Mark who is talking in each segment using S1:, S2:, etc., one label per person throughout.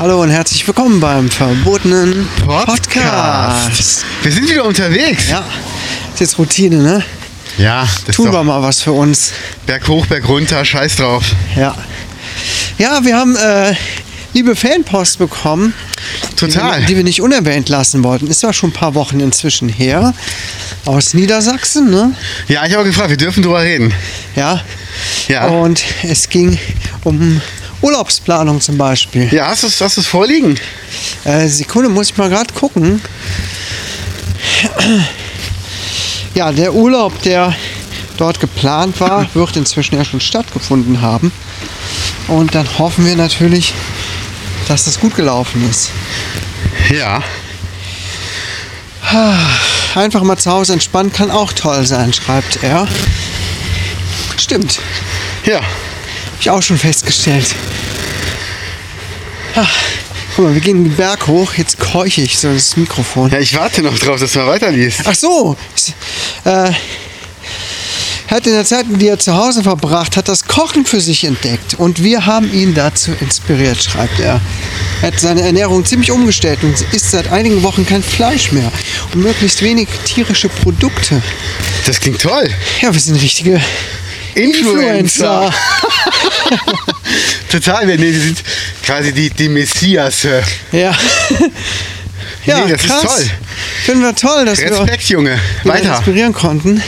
S1: Hallo und herzlich willkommen beim verbotenen
S2: Podcast.
S1: Podcast.
S2: Wir sind wieder unterwegs.
S1: Ja, ist jetzt Routine, ne?
S2: Ja, das
S1: Tun
S2: ist
S1: wir
S2: doch
S1: mal was für uns.
S2: Berg hoch, Berg runter, scheiß drauf.
S1: Ja, ja wir haben äh, liebe Fanpost bekommen. Die,
S2: Total.
S1: wir- die wir nicht unerwähnt lassen wollten. Ist ja schon ein paar Wochen inzwischen her. Aus Niedersachsen, ne?
S2: Ja, ich habe gefragt, wir dürfen drüber reden.
S1: Ja.
S2: Ja.
S1: Und es ging um Urlaubsplanung zum Beispiel.
S2: Ja, hast du es hast du's vorliegen?
S1: Äh, Sekunde, muss ich mal gerade gucken. Ja, der Urlaub, der dort geplant war, wird inzwischen ja schon stattgefunden haben. Und dann hoffen wir natürlich, dass das gut gelaufen ist.
S2: Ja.
S1: Einfach mal zu Hause entspannen kann auch toll sein, schreibt er. Stimmt,
S2: Ja.
S1: habe ich auch schon festgestellt. Ah, guck mal, wir gehen den Berg hoch, jetzt keuche ich so das Mikrofon.
S2: Ja, ich warte noch drauf, dass du mal weiterliest.
S1: Ach so. S- Äh, hat in der Zeit, die er zu Hause verbracht hat, das Kochen für sich entdeckt. Und wir haben ihn dazu inspiriert, schreibt er. Er hat seine Ernährung ziemlich umgestellt und isst seit einigen Wochen kein Fleisch mehr. Und möglichst wenig tierische Produkte.
S2: Das klingt toll.
S1: Ja, wir sind richtige
S2: Influencer. Total. Wir, nee, wir sind quasi die, die Messias. äh.
S1: Ja. ja,
S2: Nee, das ist
S1: krass.
S2: toll.
S1: Finden wir toll, dass wir
S2: Respekt, Junge.
S1: wieder
S2: Weiter.
S1: inspirieren konnten.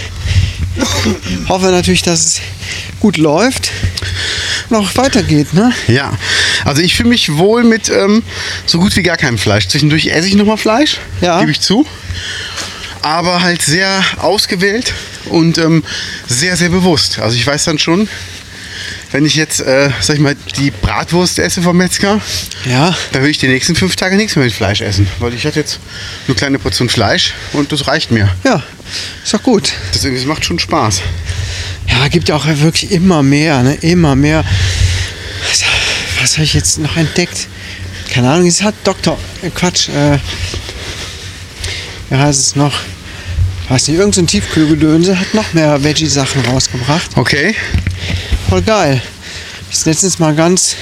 S1: Hoffen wir natürlich, dass es gut läuft und auch weitergeht, ne?
S2: Ja. Also ich fühle mich wohl mit ähm, so gut wie gar keinem Fleisch. Zwischendurch esse ich nochmal Fleisch.
S1: Ja.
S2: Gebe ich zu. Aber halt sehr ausgewählt und ähm, sehr, sehr bewusst. Also ich weiß dann schon, wenn ich jetzt, äh, sag ich mal, die Bratwurst esse vom Metzger,
S1: Ja.
S2: dann will ich die nächsten fünf Tage nichts mehr mit Fleisch essen. Weil ich hatte jetzt eine kleine Portion Fleisch und das reicht mir.
S1: Ja, ist doch gut.
S2: Deswegen, es macht schon Spaß.
S1: Ja, gibt ja auch wirklich immer mehr, ne? Immer mehr. Was, was habe ich jetzt noch entdeckt? Keine Ahnung, es hat Doktor. Äh, Quatsch, äh. Wie heißt es noch? Weiß nicht, irgendein so Tiefkühlgedönse hat noch mehr Veggie-Sachen rausgebracht.
S2: Okay.
S1: Voll geil. Ist letztens mal ganz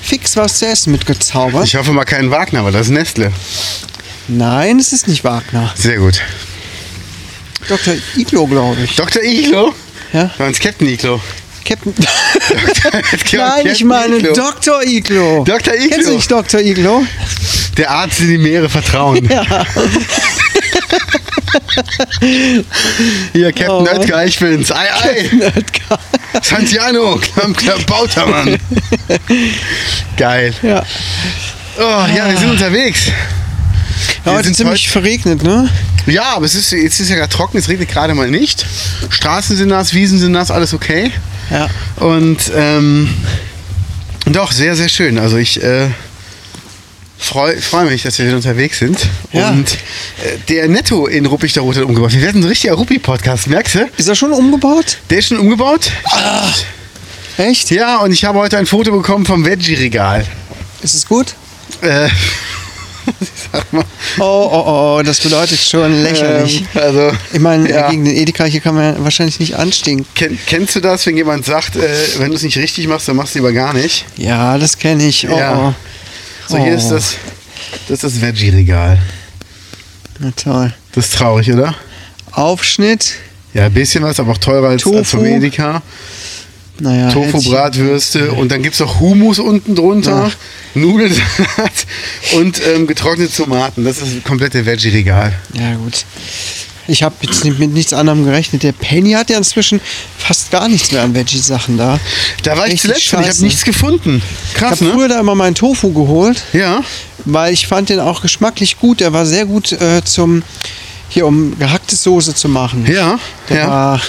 S1: fix was zu essen mitgezaubert.
S2: Ich hoffe mal keinen Wagner, weil das ist Nestle.
S1: Nein, es ist nicht Wagner.
S2: Sehr gut.
S1: Dr. Iglo, glaube ich.
S2: Dr. Iglo?
S1: Ja?
S2: Bei uns Captain Iglo.
S1: Captain.
S2: Es gibt
S1: Nein, ich
S2: Captain
S1: meine
S2: Iglo.
S1: Dr. Iglo.
S2: Dr. Iglo.
S1: Kennst du nicht Dr. Iglo?
S2: Der Arzt, den die Meere vertrauen.
S1: Ja.
S2: Hier, Captain
S1: Oh.
S2: Oetker, ich bin's. Ei, ei. Santiano, klamm, klamm, Bautermann. Geil.
S1: ja.
S2: Oh, ja, wir sind unterwegs.
S1: ja Ah. heute
S2: sind
S1: ziemlich verregnet, ne?
S2: Ja, aber es ist, jetzt ist ja gerade trocken, es regnet gerade mal nicht. Straßen sind nass, Wiesen sind nass, alles okay.
S1: Ja.
S2: Und ähm, doch, sehr, sehr schön. Also ich äh, freue freu mich, dass wir wieder unterwegs sind.
S1: Ja.
S2: Und äh, der Netto in Ruppig der Rote hat umgebaut. Wir werden so ein richtiger Ruppi-Podcast, merkst du?
S1: Ist er schon umgebaut?
S2: Der ist schon umgebaut.
S1: Ah. Echt?
S2: Ja, und ich habe heute ein Foto bekommen vom Veggie-Regal.
S1: Ist es gut?
S2: Äh, ich sag mal,
S1: Oh, oh, oh, das bedeutet schon lächerlich.
S2: ähm, also,
S1: ich meine, äh,
S2: ja.
S1: gegen den Edeka hier kann man ja wahrscheinlich nicht anstinken.
S2: Ken, kennst du das, wenn jemand sagt, äh, wenn du es nicht richtig machst, dann machst du lieber gar nicht?
S1: Ja, das kenne ich. Oh,
S2: Ja.
S1: oh.
S2: So, hier
S1: Oh.
S2: ist das, das ist das Veggie-Regal.
S1: Na toll.
S2: Das ist traurig, oder?
S1: Aufschnitt.
S2: Ja, ein bisschen was, aber auch teurer als,
S1: Tofu.
S2: als vom Edeka.
S1: Naja. hätte ich-
S2: Tofu-Bratwürste und dann gibt es auch Hummus unten drunter, Nudelsalat und ähm, getrocknete Tomaten. Das ist das komplette Veggie-Regal.
S1: Ja, gut. Ich habe jetzt nicht- mit nichts anderem gerechnet. Der Penny hat ja inzwischen fast gar nichts mehr an Veggie-Sachen da.
S2: Da war ich
S1: Richtig
S2: zuletzt und ich habe
S1: scheiße.
S2: nichts gefunden.
S1: Ich
S2: Krass,
S1: habe
S2: ne?
S1: früher da immer meinen Tofu geholt,
S2: Ja.
S1: weil ich fand den auch geschmacklich gut. Der war sehr gut äh, zum hier um gehackte Soße zu machen.
S2: Ja,
S1: Der
S2: ja.
S1: War,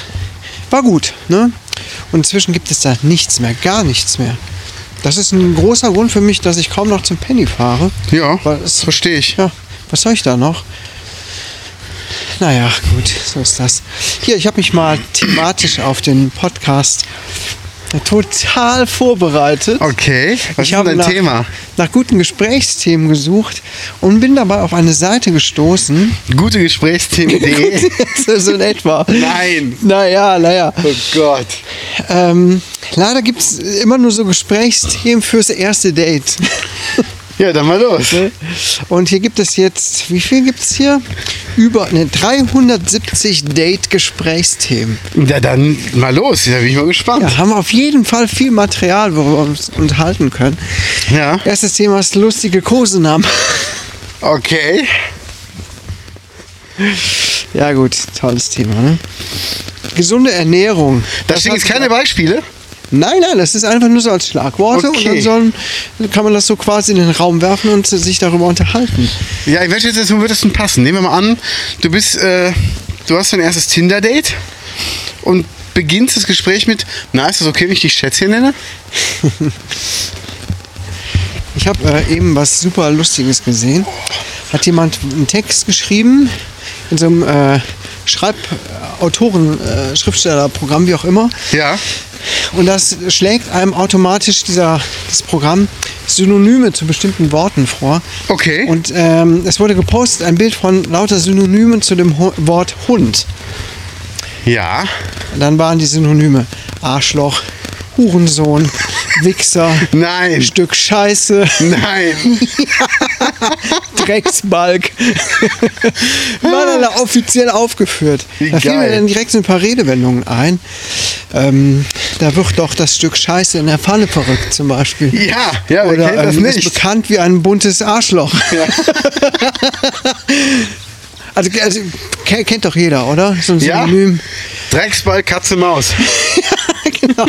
S1: war gut, ne? Und inzwischen gibt es da nichts mehr, gar nichts mehr. Das ist ein großer Grund für mich, dass ich kaum noch zum Penny fahre.
S2: Ja,
S1: Weil es-
S2: verstehe ich.
S1: Ja, was soll ich da noch? Naja, gut, so ist das. Hier, ich habe mich mal thematisch auf den Podcast total vorbereitet.
S2: Okay, Oh, was
S1: ich
S2: ist
S1: habe
S2: denn dein
S1: nach,
S2: Thema?
S1: nach guten Gesprächsthemen gesucht und bin dabei auf eine Seite gestoßen.
S2: Gute Gesprächsthemen.de.
S1: so in etwa.
S2: Nein.
S1: Naja, naja.
S2: oh Gott.
S1: Ähm, leider gibt es immer nur so Gesprächsthemen fürs erste Date.
S2: Ja, dann mal los.
S1: Und hier gibt es jetzt, wie viel gibt es hier? Über ne, 370 Date-Gesprächsthemen.
S2: Ja, dann mal los. Da bin ich mal gespannt.
S1: Ja, haben wir auf jeden Fall viel Material, worüber wir uns unterhalten können.
S2: Ja.
S1: Erstes Thema ist lustige Kosenamen.
S2: Okay.
S1: Ja gut, tolles Thema. Ne? Gesunde Ernährung.
S2: Da stehen jetzt keine Beispiele.
S1: Nein, nein, das ist einfach nur so als Schlagworte und dann
S2: Okay.
S1: sollen, kann man das so quasi in den Raum werfen und sich darüber unterhalten.
S2: Ja, in welche Situation würde es denn passen? Nehmen wir mal an, du bist, äh, du hast dein erstes Tinder-Date und beginnst das Gespräch mit, na, ist das okay, wenn ich dich Schätzchen nenne?
S1: Ich habe äh, eben was super Lustiges gesehen. Hat jemand einen Text geschrieben in so einem äh, Schreib Autoren, äh, Schriftstellerprogramm, wie auch immer.
S2: Ja.
S1: Und das schlägt einem automatisch dieser, das Programm Synonyme zu bestimmten Worten vor.
S2: Okay.
S1: Und ähm, es wurde gepostet ein Bild von lauter Synonymen zu dem Ho Wort Hund.
S2: Ja.
S1: Und dann waren die Synonyme Arschloch, Hurensohn, Wichser,
S2: Nein.
S1: Stück Scheiße,
S2: Nein.
S1: Drecksbalg. Waren alle offiziell aufgeführt.
S2: Wie
S1: da fielen mir
S2: geil.
S1: dann direkt so ein paar Redewendungen ein. Ähm, da wird doch das Stück Scheiße in der Falle verrückt zum Beispiel.
S2: Ja, ja, wer
S1: Oder
S2: kennt das
S1: ähm,
S2: nicht?
S1: ist bekannt wie ein buntes Arschloch. also, also ke- kennt doch jeder, oder? So ein
S2: Ja.
S1: Synonym.
S2: Drecksball, Katze, Maus.
S1: genau.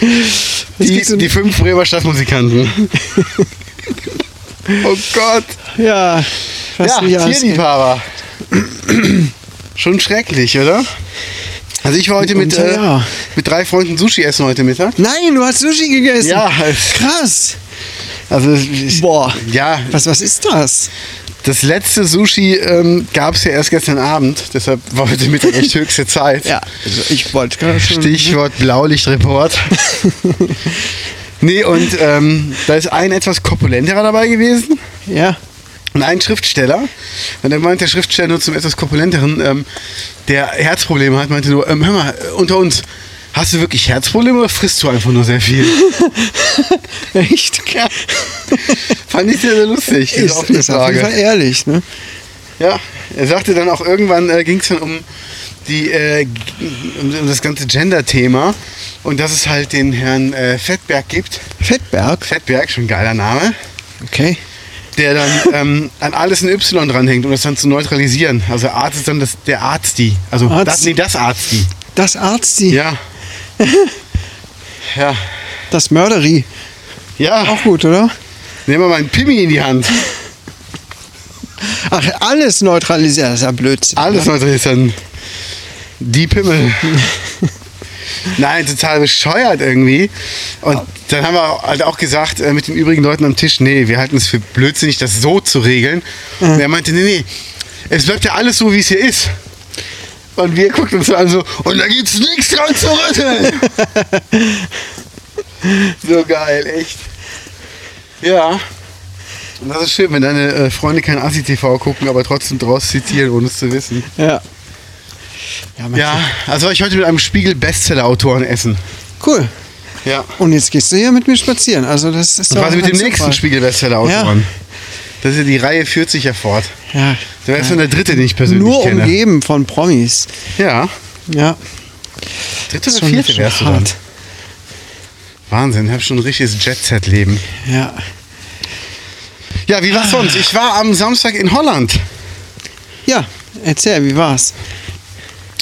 S1: Das
S2: Die,
S1: gibt's in-
S2: die fünf Bremer Stadtmusikanten. oh Gott.
S1: ja, was
S2: ja,
S1: nicht alles
S2: Tierliebhaber. Schon schrecklich, oder? Also ich war heute mit,
S1: Mitunter
S2: äh,
S1: ja.
S2: mit drei Freunden Sushi essen heute Mittag.
S1: Nein, du hast Sushi gegessen.
S2: Ja.
S1: Krass.
S2: Also ich,
S1: Boah.
S2: ja,
S1: Was, was ist das?
S2: das letzte Sushi ähm, gab es ja erst gestern Abend, deshalb war heute Mittag echt höchste Zeit.
S1: also ich wollte gerade schon.
S2: Stichwort Blaulichtreport. nee, und ähm, da ist ein etwas korpulenterer dabei gewesen.
S1: Ja.
S2: Und ein Schriftsteller, und dann meint der Schriftsteller nur zum etwas korpulenteren, ähm, der Herzprobleme hat, meinte nur, ähm, hör mal, äh, unter uns, hast du wirklich Herzprobleme oder frisst du einfach nur sehr viel?
S1: Echt?
S2: Fand ich sehr, sehr lustig, diese
S1: Ist,
S2: offene
S1: ist auf jeden
S2: Frage.
S1: Fall ehrlich, ne?
S2: Ja, er sagte dann auch irgendwann, äh, ging es dann um, die, äh, g- um, um das ganze Gender-Thema und dass es halt den Herrn äh, Fettberg gibt.
S1: Fettberg.
S2: Fettberg, schon ein geiler Name.
S1: Okay.
S2: der dann ähm, an alles ein Y dranhängt, um das dann zu neutralisieren. Also Arzt ist dann das, der Arzti. Also
S1: Arzt.
S2: das, nee, das Arzti.
S1: Das Arzti,
S2: Ja. ja.
S1: das Mörderie.
S2: Ja.
S1: Auch gut, oder?
S2: Nehmen wir mal einen Pimmi in die Hand.
S1: Ach, alles neutralisiert. Das ist ja Blödsinn. ne?
S2: Alles neutralisieren. Die Pimmel. Nein, total bescheuert irgendwie. Und dann haben wir halt auch gesagt äh, mit den übrigen Leuten am Tisch, nee, wir halten es für blödsinnig, das so zu regeln. Und er meinte, nee, nee, es bleibt ja alles so, wie es hier ist. Und wir guckten uns an so, und da gibt's nichts dran zu rütteln. so geil, echt. Ja. Und das ist schön, wenn deine äh, Freunde kein ASI-TV gucken, aber trotzdem draus zitieren, ohne es zu wissen.
S1: Ja. Ja, Mensch.
S2: Ja, also war ich heute mit einem Spiegel-Bestseller-Autoren essen.
S1: Cool.
S2: Ja.
S1: Und jetzt gehst du hier mit mir spazieren. Also das ist
S2: Und
S1: doch
S2: quasi mit
S1: ein
S2: dem nächsten
S1: Zufall.
S2: Spiegel-Bestseller-Autoren. Das ist ja die Reihe führt sich ja fort.
S1: Ja.
S2: Da wäre schon der dritte, den Also, ich persönlich
S1: Nur um
S2: kenne.
S1: umgeben von Promis.
S2: Ja.
S1: Ja.
S2: Dritte
S1: ist
S2: oder
S1: schon-
S2: vierte
S1: schon
S2: wärst du dann. Wahnsinn, hab schon ein richtiges Jet-Set-Leben.
S1: Ja.
S2: Ja, wie war's sonst? Ich war am Samstag in Holland.
S1: Ja, erzähl, wie war's?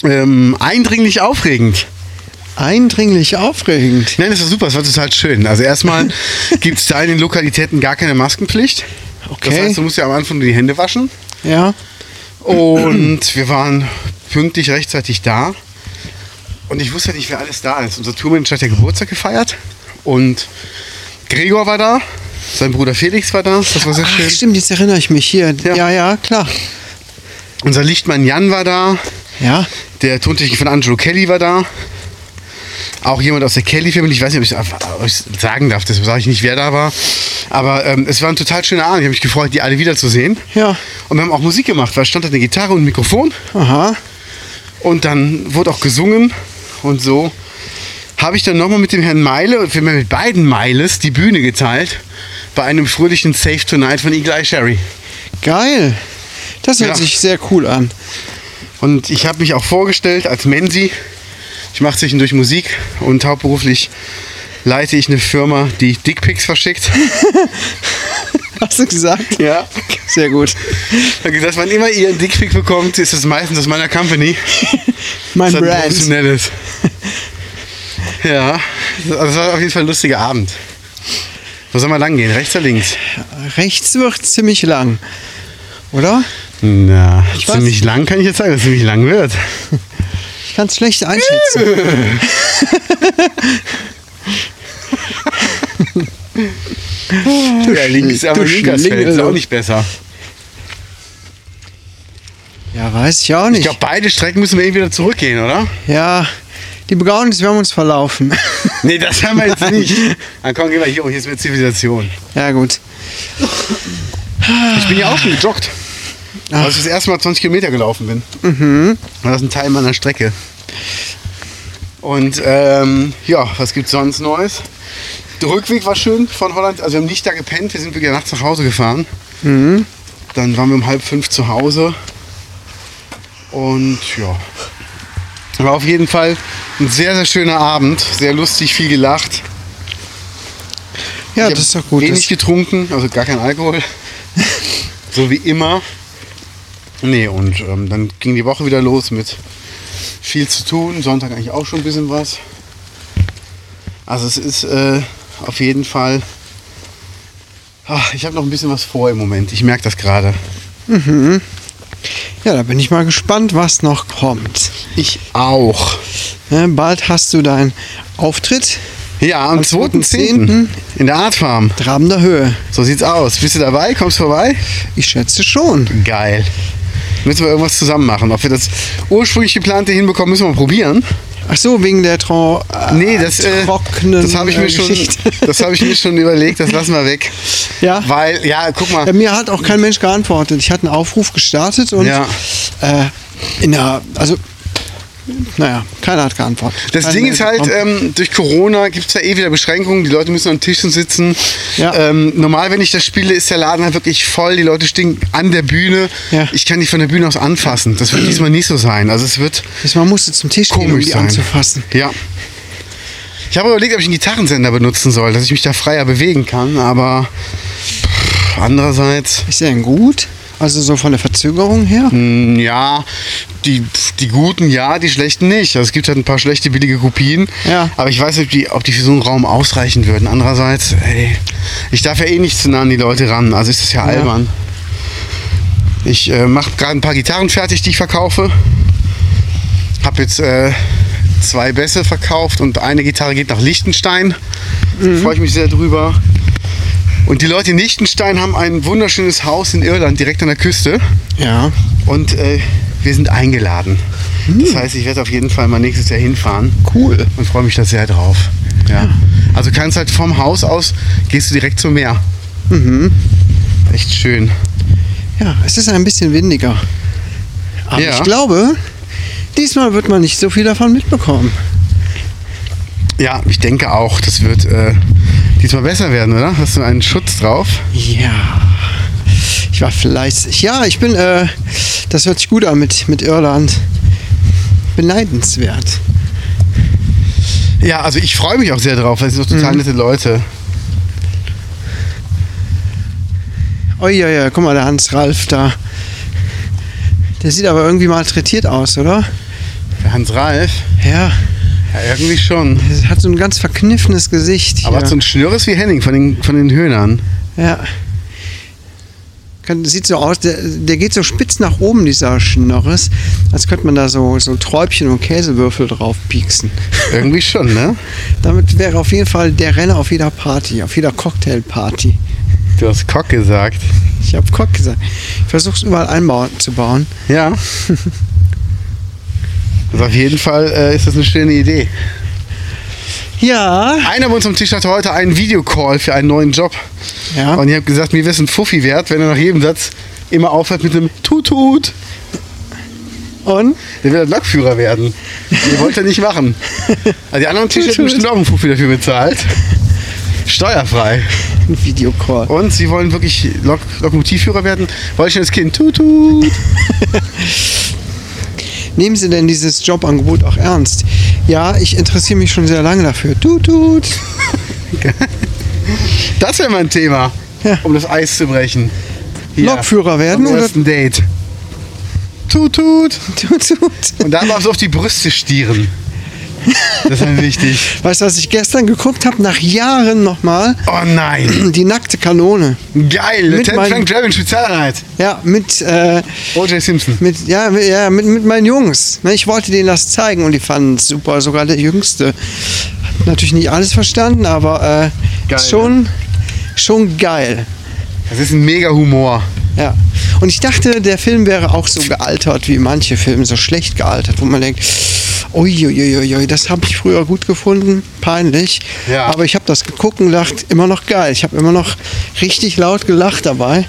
S2: Ähm, eindringlich aufregend.
S1: Eindringlich aufregend.
S2: Nein, das war super, es war total schön. Also erstmal gibt es da in den Lokalitäten gar keine Maskenpflicht. Das
S1: Okay.
S2: heißt, du musst ja am Anfang nur die Hände waschen.
S1: Ja.
S2: Und wir waren pünktlich rechtzeitig da. Und ich wusste nicht, wer alles da ist. Unser Tourmanager hat ja Geburtstag gefeiert. Und Gregor war da. Sein Bruder Felix war da. Das war sehr
S1: Ach,
S2: schön.
S1: stimmt, jetzt erinnere ich mich hier.
S2: Ja.
S1: Ja, ja, klar.
S2: Unser Lichtmann Jan war da.
S1: Ja.
S2: Der Tontechniker von Andrew Kelly war da. auch jemand aus der Kelly-Family. Ich weiß nicht, ob ich es sagen darf, deshalb sage ich nicht, wer da war. Aber ähm, es war ein total schöner Abend. Ich habe mich gefreut, die alle wiederzusehen.
S1: Ja.
S2: Und wir haben auch Musik gemacht, weil es stand da eine Gitarre und ein Mikrofon.
S1: Aha.
S2: Und dann wurde auch gesungen und so habe ich dann nochmal mit dem Herrn Meile und wir haben mit beiden Meiles die Bühne geteilt bei einem fröhlichen Safe Tonight von Eagle Eye Sherry.
S1: Geil. Das hört
S2: Ja.
S1: sich sehr cool an.
S2: Und ich habe mich auch vorgestellt als Menzi. Ich mache zwischendurch Musik und hauptberuflich leite ich eine Firma, die Dickpics verschickt.
S1: Hast du gesagt?
S2: Ja.
S1: Sehr gut.
S2: Ich habe gesagt, wann immer ihr einen Dickpic bekommt, ist es meistens aus meiner Company.
S1: Mein
S2: Das ist ein
S1: Brand.
S2: professionelles. Ja, das war auf jeden Fall ein lustiger Abend. Wo soll man lang gehen? Rechts oder links?
S1: Rechts wird ziemlich lang. Oder?
S2: Na,
S1: weiß-
S2: ziemlich lang kann ich jetzt sagen, dass es ziemlich lang wird.
S1: Ich kann es schlecht einschätzen.
S2: ja, links, aber
S1: du
S2: Linkersfeld ist
S1: Schlingel.
S2: auch nicht besser.
S1: Ja, weiß ich auch nicht.
S2: Ich glaube, beide Strecken müssen wir irgendwie wieder zurückgehen, oder?
S1: ja, die Brownies, wir haben uns verlaufen.
S2: Nee, das haben wir jetzt nicht. Dann komm, geh mal hier hoch, hier ist mehr Zivilisation.
S1: ja, gut.
S2: Ich bin ja auch schon gejoggt. Als ich das erste Mal 20 Kilometer gelaufen bin. War das ein Teil meiner Strecke. Und ähm, ja, was gibt's sonst Neues? Der Rückweg war schön von Holland. Also wir haben nicht da gepennt, wir sind wieder nachts nach Hause gefahren. Dann waren wir um halb fünf zu Hause. Und ja. War auf jeden Fall ein sehr, sehr schöner Abend. Sehr lustig, viel gelacht.
S1: Ja, das
S2: Ich hab
S1: ist doch gut.
S2: Wenig getrunken, also gar kein Alkohol. so wie immer. Nee, und ähm, dann ging die Woche wieder los mit viel zu tun. Sonntag eigentlich auch schon ein bisschen was. Also es ist äh, auf jeden Fall. Ach, ich habe noch ein bisschen was vor im Moment. Ich merke das gerade.
S1: Das, ja, da bin ich mal gespannt, was noch kommt.
S2: Ich auch.
S1: Ne, bald hast du deinen Auftritt.
S2: Ja, am 2.10.
S1: 2.10.
S2: in der Art Farm.
S1: Trabender Höhe.
S2: So sieht's aus. Bist du dabei? Kommst vorbei?
S1: Ich schätze schon.
S2: Geil. Müssen wir irgendwas zusammen machen. Ob wir das ursprünglich geplante hinbekommen, müssen wir probieren.
S1: Ach so, wegen der Tro äh,
S2: Nee, das, äh,
S1: trockenen
S2: das habe ich,
S1: äh,
S2: mir schon-
S1: Geschichte.
S2: das hab ich mir schon überlegt, das lassen wir weg.
S1: Ja?
S2: Weil, ja, guck mal.
S1: Ja, Äh, mir hat auch kein Mensch geantwortet. Ich hatte einen Aufruf gestartet und
S2: Ja.
S1: äh, in der, also, naja, keiner hat geantwortet.
S2: Das
S1: Kein
S2: Ding
S1: Mensch
S2: ist halt,
S1: kommt.
S2: ähm, durch Corona gibt es ja eh wieder Beschränkungen. Die Leute müssen an Tischen sitzen.
S1: Ja.
S2: Ähm, normal, wenn ich das spiele, ist der Laden halt wirklich voll. Die Leute stehen an der Bühne.
S1: Ja.
S2: Ich kann die von der Bühne aus anfassen. Das wird diesmal nicht so sein. Also es wird
S1: Diesmal musst du zum Tisch gehen, um
S2: komisch
S1: die
S2: sein.
S1: anzufassen.
S2: Ja. Ich habe überlegt, ob ich einen Gitarrensender benutzen soll, dass ich mich da freier bewegen kann. Aber pff, andererseits...
S1: Ist der denn gut? Also so von der Verzögerung her?
S2: Mm, Ja, die, die guten ja, die schlechten nicht. Also es gibt halt ein paar schlechte, billige Kopien.
S1: Ja.
S2: Aber ich weiß nicht, ob die, ob die für so einen Raum ausreichen würden. Andererseits, ey, ich darf ja eh nicht zu nah an die Leute ran. Also ist das ja albern. Ich äh, mache gerade ein paar Gitarren fertig, die ich verkaufe. Hab jetzt äh, zwei Bässe verkauft und eine Gitarre geht nach Liechtenstein. Freue ich mich sehr drüber. Und die Leute in Liechtenstein haben ein wunderschönes Haus in Irland, direkt an der Küste.
S1: Ja.
S2: Und äh, wir sind eingeladen. Das heißt, ich werde auf jeden Fall mal nächstes Jahr hinfahren.
S1: Cool.
S2: Und freue mich da sehr drauf. Ja. Also kannst halt vom Haus aus, gehst du direkt zum Meer. Mhm. Echt schön.
S1: Ja, es ist ein bisschen windiger. Aber
S2: Ja.
S1: ich glaube, diesmal wird man nicht so viel davon mitbekommen.
S2: Ja, ich denke auch, das wird äh, diesmal besser werden, oder? Hast du einen Schutz drauf?
S1: Ja. Ich war fleißig. Ja, ich bin, äh, das hört sich gut an mit, mit Irland. Beneidenswert.
S2: Ja, also ich freue mich auch sehr drauf, weil es sind doch total nette Leute.
S1: Oh ja, ja, guck mal, der Hans Ralf da. Der sieht aber irgendwie malträtiert aus, oder?
S2: Der Hans Ralf,
S1: Ja,
S2: ja, irgendwie schon.
S1: der hat so ein ganz verkniffenes Gesicht.
S2: Aber
S1: hier.
S2: hat so ein Schnürres wie Henning von den, von den Höhnern.
S1: Ja. Kann, sieht so aus, der, der geht so spitz nach oben, dieser Schnorres, als könnte man da so, so Träubchen und Käsewürfel drauf pieksen.
S2: Irgendwie schon, ne?
S1: Damit wäre auf jeden Fall der Renner auf jeder Party, auf jeder Cocktailparty.
S2: Du hast Kock gesagt.
S1: Ich habe Cock gesagt. Ich versuche es überall einzubauen.
S2: Ja. Also auf jeden Fall äh, ist das eine schöne Idee.
S1: Ja.
S2: Einer bei uns am Tisch hatte heute einen Videocall für einen neuen Job.
S1: Ja.
S2: Und ich habe gesagt, mir wäre es ein Fuffi wert, wenn er nach jedem Satz immer aufhört mit einem Tutut.
S1: Und?
S2: Der will ein Lokführer werden. Den wollte er nicht machen. Also die anderen Tisch hätten bestimmt auch einen Fuffi dafür bezahlt. Steuerfrei.
S1: Ein Videocall.
S2: Und sie wollen wirklich Lok Lokomotivführer werden. Wollte ich schon als Kind Tutut.
S1: Nehmen Sie denn dieses Jobangebot auch ernst? Ja, ich interessiere mich schon sehr lange dafür. Tut, tut.
S2: Das wäre mein Thema,
S1: Ja.
S2: um das Eis zu brechen.
S1: Lokführer werden
S2: am
S1: oder-
S2: ersten Date. Tut, tut.
S1: Tut, tut.
S2: Und dann darfst du auf die Brüste stieren. Das ist mir wichtig.
S1: Weißt du, was ich gestern geguckt habe? Nach Jahren nochmal.
S2: Oh nein.
S1: Die nackte Kanone.
S2: Geil.
S1: Mit
S2: Lieutenant
S1: meinen-
S2: Frank Draven, Spezialeinheit.
S1: Ja, mit, äh,
S2: O.J. Simpson.
S1: mit, ja, mit, ja, mit, mit meinen Jungs. Ne, Ich wollte denen das zeigen und die fanden es super. Sogar der Jüngste. Hat natürlich nicht alles verstanden, aber äh,
S2: Geil,
S1: schon, schon geil.
S2: Das ist ein mega Humor.
S1: Ja. Und ich dachte, der Film wäre auch so gealtert, wie manche Filme, so schlecht gealtert, wo man denkt, uiuiuiui, das habe ich früher gut gefunden, peinlich.
S2: Ja.
S1: Aber ich habe das geguckt und gedacht, immer noch geil. Ich habe immer noch richtig laut gelacht dabei.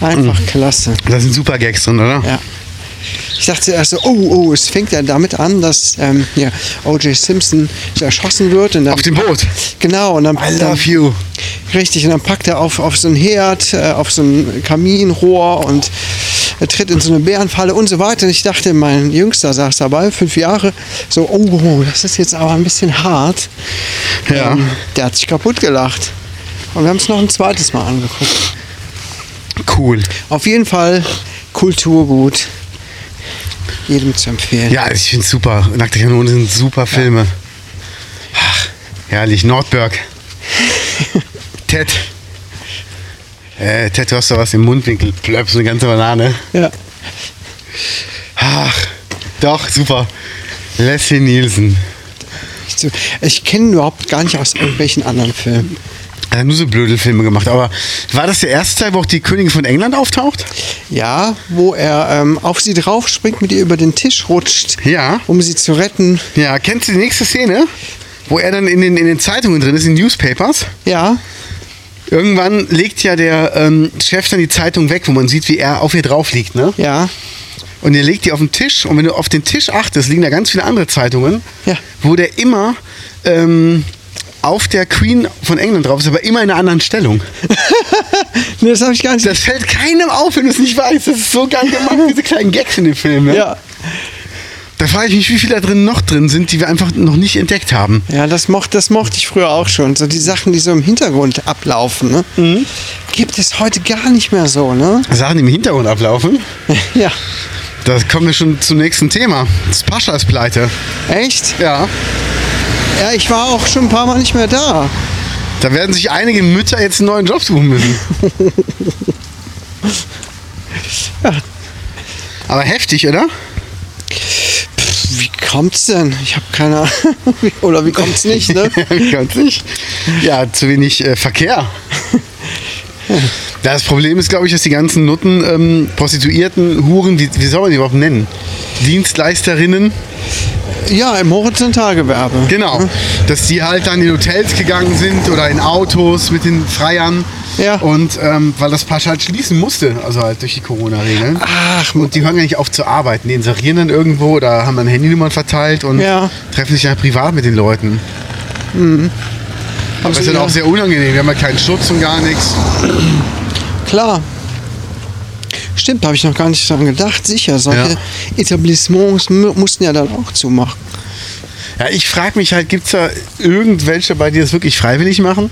S1: Einfach klasse.
S2: Da sind super Gags drin, oder?
S1: Ja. Ich dachte erst so, oh, oh, es fängt ja damit an, dass ähm, hier O.J. Simpson erschossen wird. Und dann,
S2: Auf dem Boot.
S1: genau, und dann,
S2: I
S1: dann
S2: love you.
S1: Richtig, und dann packt er auf, auf so einen Herd, äh, auf so ein Kaminrohr und er tritt in so eine Bärenfalle und so weiter. Und ich dachte, mein Jüngster saß dabei, fünf Jahre, so, oh, oh, das ist jetzt aber ein bisschen hart. Ähm,
S2: Ja.
S1: der hat sich kaputt gelacht. Und wir haben es noch ein zweites Mal angeguckt.
S2: Cool.
S1: Auf jeden Fall Kulturgut. Jedem zu empfehlen.
S2: Ja, ich finde super. Nackte Kanone sind super Filme. Ach, herrlich. Nordberg. Ted. Äh, Ted, du hast da was im Mundwinkel. Plöpp, so eine ganze Banane.
S1: Ja.
S2: Ach, doch, super. Leslie Nielsen.
S1: Ich, zu- ich kenne ihn überhaupt gar nicht aus irgendwelchen anderen Filmen.
S2: Er hat nur so blöde Filme gemacht. Aber war das der erste Teil, wo auch die Königin von England auftaucht?
S1: Ja, wo er ähm, auf sie draufspringt, mit ihr über den Tisch rutscht.
S2: Ja.
S1: um sie zu retten.
S2: Ja, kennst du die nächste Szene? Wo er dann in den, in den Zeitungen drin ist, in Newspapers?
S1: Ja,
S2: Irgendwann legt ja der ähm, Chef dann die Zeitung weg, wo man sieht, wie er auf ihr drauf liegt, ne?
S1: ja,
S2: Und er legt die auf den Tisch und wenn du auf den Tisch achtest, liegen da ganz viele andere Zeitungen,
S1: Ja.
S2: wo der immer ähm, auf der Queen von England drauf ist, aber immer in einer anderen Stellung.
S1: nee, das habe ich gar nicht.
S2: Das fällt keinem auf, wenn du es nicht weißt. Das ist so geil gemacht, diese kleinen Gags in dem Film. Ne?
S1: ja.
S2: Da frage ich mich, wie viele da drin noch drin sind, die wir einfach noch nicht entdeckt haben.
S1: ja, das mochte das mochte ich früher auch schon. So die Sachen, die so im Hintergrund ablaufen, ne? gibt es heute gar nicht mehr so, ne?
S2: Sachen, die im Hintergrund ablaufen.
S1: ja,
S2: Da kommen wir schon zum nächsten Thema. Das Pascha ist pleite.
S1: echt?
S2: Ja.
S1: Ja, ich war auch schon ein paar Mal nicht mehr da.
S2: Da werden sich einige Mütter jetzt einen neuen Job suchen müssen. Aber heftig, oder?
S1: Pff, wie kommt's denn? Ich habe keine Ahnung. Oder wie kommt's nicht, ne?
S2: Ganz nicht. Ja, zu wenig äh, Verkehr. Das Problem ist, glaube ich, dass die ganzen Nutten, ähm, Prostituierten, Huren, wie, wie soll man die überhaupt nennen? Dienstleisterinnen,
S1: ja, im Horizontalgewerbe.
S2: genau. Dass die halt dann in Hotels gegangen sind oder in Autos mit den Freiern.
S1: Ja.
S2: Und ähm, weil das Pasch halt schließen musste, also halt durch die Corona-Regeln.
S1: Ach,
S2: Und die hören gar nicht auf zu arbeiten. Die inserieren dann irgendwo oder haben dann Handynummern verteilt und
S1: Ja.
S2: treffen sich ja privat mit den Leuten.
S1: haben
S2: Das
S1: Sie
S2: ist dann
S1: wieder-
S2: auch sehr unangenehm. Wir haben Also ja keinen Schutz und gar nichts.
S1: Klar. Stimmt, habe ich noch gar nicht dran gedacht. Sicher, solche
S2: Ja.
S1: Etablissements mu- mussten ja dann auch zumachen.
S2: Ja, ich frage mich halt, gibt es da irgendwelche bei dir, das wirklich freiwillig machen?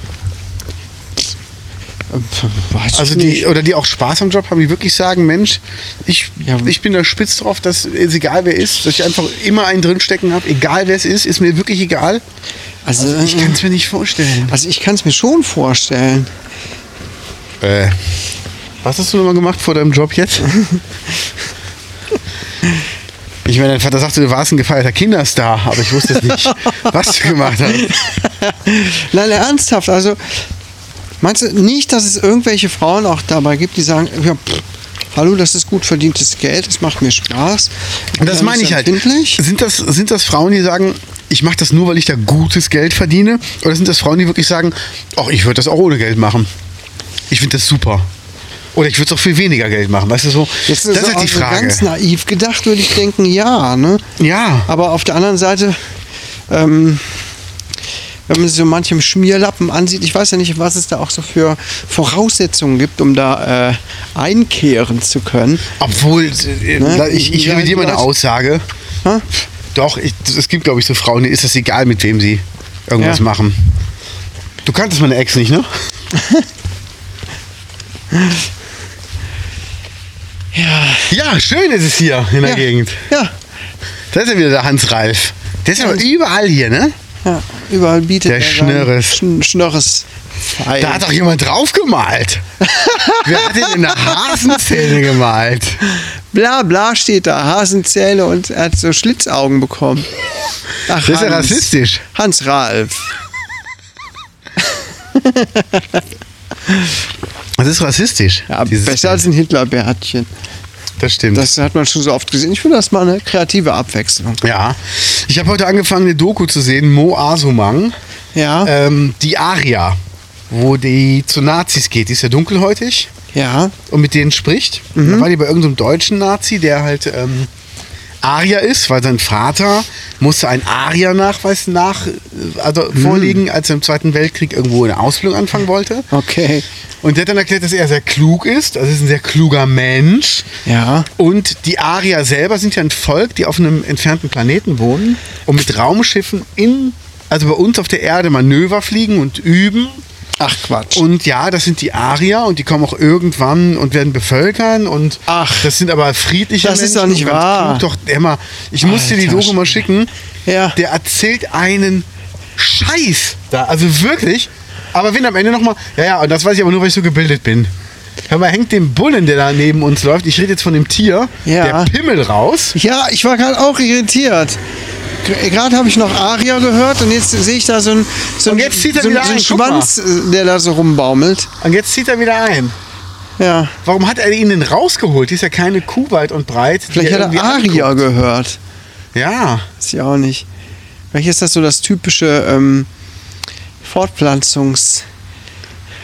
S1: Pff, Weiß
S2: Also
S1: ich
S2: die,
S1: nicht.
S2: oder die auch Spaß am Job haben, die wirklich sagen, Mensch, ich,
S1: Ja.
S2: ich bin da spitz drauf, dass es egal wer ist, dass ich einfach immer einen drinstecken habe, egal wer es ist, ist mir wirklich egal.
S1: Also,
S2: Ich kann es mir nicht vorstellen.
S1: also ich kann es mir schon vorstellen.
S2: Äh. Was hast du nochmal gemacht vor deinem Job jetzt? Ich meine, dein Vater sagte, du warst ein gefeierter Kinderstar, aber ich wusste es nicht, was du gemacht hast.
S1: Nein, ernsthaft. Also meinst du nicht, dass es irgendwelche Frauen auch dabei gibt, die sagen, ja, pff, hallo, das ist gut verdientes Geld, das macht mir Spaß.
S2: Und das
S1: bin
S2: meine ich halt.
S1: empfindlich.
S2: Sind das, sind das Frauen, die sagen, ich mache das nur, weil ich da gutes Geld verdiene? Oder sind das Frauen, die wirklich sagen, ach, ich würde das auch ohne Geld machen? Ich finde das super. Oder ich würde es auch viel weniger Geld machen, weißt du so?
S1: Jetzt
S2: das ist
S1: also
S2: halt
S1: auch
S2: die
S1: so
S2: Frage.
S1: Ganz naiv gedacht würde ich denken, ja. Ne?
S2: Ja.
S1: Aber auf der anderen Seite, ähm, wenn man sich so manchem Schmierlappen ansieht, ich weiß ja nicht, was es da auch so für Voraussetzungen gibt, um da äh, einkehren zu können.
S2: Obwohl, äh,
S1: Ne?
S2: ich, ich
S1: Ja,
S2: revidiere meine
S1: vielleicht.
S2: Aussage.
S1: Ha?
S2: Doch, ich, es gibt, glaube ich, so Frauen, denen ist das egal, mit wem sie irgendwas
S1: Ja.
S2: machen. Du kanntest meine Ex nicht, ne?
S1: Ja.
S2: Ja, schön ist es hier in der
S1: ja.
S2: Gegend.
S1: Ja.
S2: Da ist ja wieder der Hans Ralf. Der ist aber überall hier, ne?
S1: ja. Überall bietet
S2: Der
S1: er sein
S2: Schnörres.
S1: Schn Schnörres. Feil.
S2: Da hat doch jemand draufgemalt. Wer hat denn in der Hasenzähne gemalt?
S1: Bla bla steht da, Hasenzähne und er hat so Schlitzaugen bekommen. Ach,
S2: Das ist ja rassistisch.
S1: Hans Ralf.
S2: Das ist rassistisch.
S1: Ja,
S2: dieses
S1: besser als ein Hitlerbärtchen.
S2: Das stimmt.
S1: Das hat man schon so oft gesehen. Ich finde das mal eine kreative Abwechslung.
S2: ja. Ich habe heute angefangen, eine Doku zu sehen, Mo Asumang.
S1: Ja,
S2: Ähm, die Aria, wo die zu Nazis geht. Die ist ja dunkelhäutig
S1: ja,
S2: und mit denen spricht. Da war die bei irgendeinem deutschen Nazi, der halt ähm, Arier ist, weil sein Vater musste einen Arier-Nachweis nach, also vorlegen, als er im Zweiten Weltkrieg irgendwo eine Ausbildung anfangen wollte.
S1: okay.
S2: Und der hat dann erklärt, dass er sehr klug ist, also ist ein sehr kluger Mensch.
S1: Ja.
S2: Und die Arier selber sind ja ein Volk, die auf einem entfernten Planeten wohnen und mit Raumschiffen in, also bei uns auf der Erde Manöver fliegen und üben.
S1: Ach Quatsch.
S2: Und ja, das sind die Arier und die kommen auch irgendwann und werden bevölkern und
S1: Ach.
S2: das sind aber friedliche
S1: Das ist
S2: Menschen
S1: doch nicht
S2: und ganz
S1: wahr.
S2: klug. Doch, Emma, ich muss dir die
S1: Alter
S2: Doku mal schicken.
S1: Ja.
S2: Der erzählt einen Scheiß da, also wirklich. Aber wenn am Ende nochmal, ja, ja, und das weiß ich aber nur, weil ich so gebildet bin. Hör mal, hängt dem Bullen, der da neben uns läuft, ich rede jetzt von dem Tier,
S1: Ja.
S2: der Pimmel raus.
S1: ja, ich war gerade auch irritiert. Gr- Gerade habe ich noch Aria gehört und jetzt sehe ich da so einen so
S2: Und
S1: ein,
S2: jetzt zieht er
S1: so, ein-
S2: wieder
S1: so
S2: ein,
S1: einen
S2: guck mal.
S1: Schwanz, äh, der da so rumbaumelt.
S2: Und jetzt zieht er wieder ein.
S1: Ja,
S2: Warum hat er ihn denn rausgeholt? Die ist ja keine Kuh weit und breit. die
S1: vielleicht hat
S2: irgendwie
S1: er Aria
S2: anguckt.
S1: gehört.
S2: Ja.
S1: Weiß ich auch nicht. Vielleicht ist das so das typische ähm, Fortpflanzungswesen.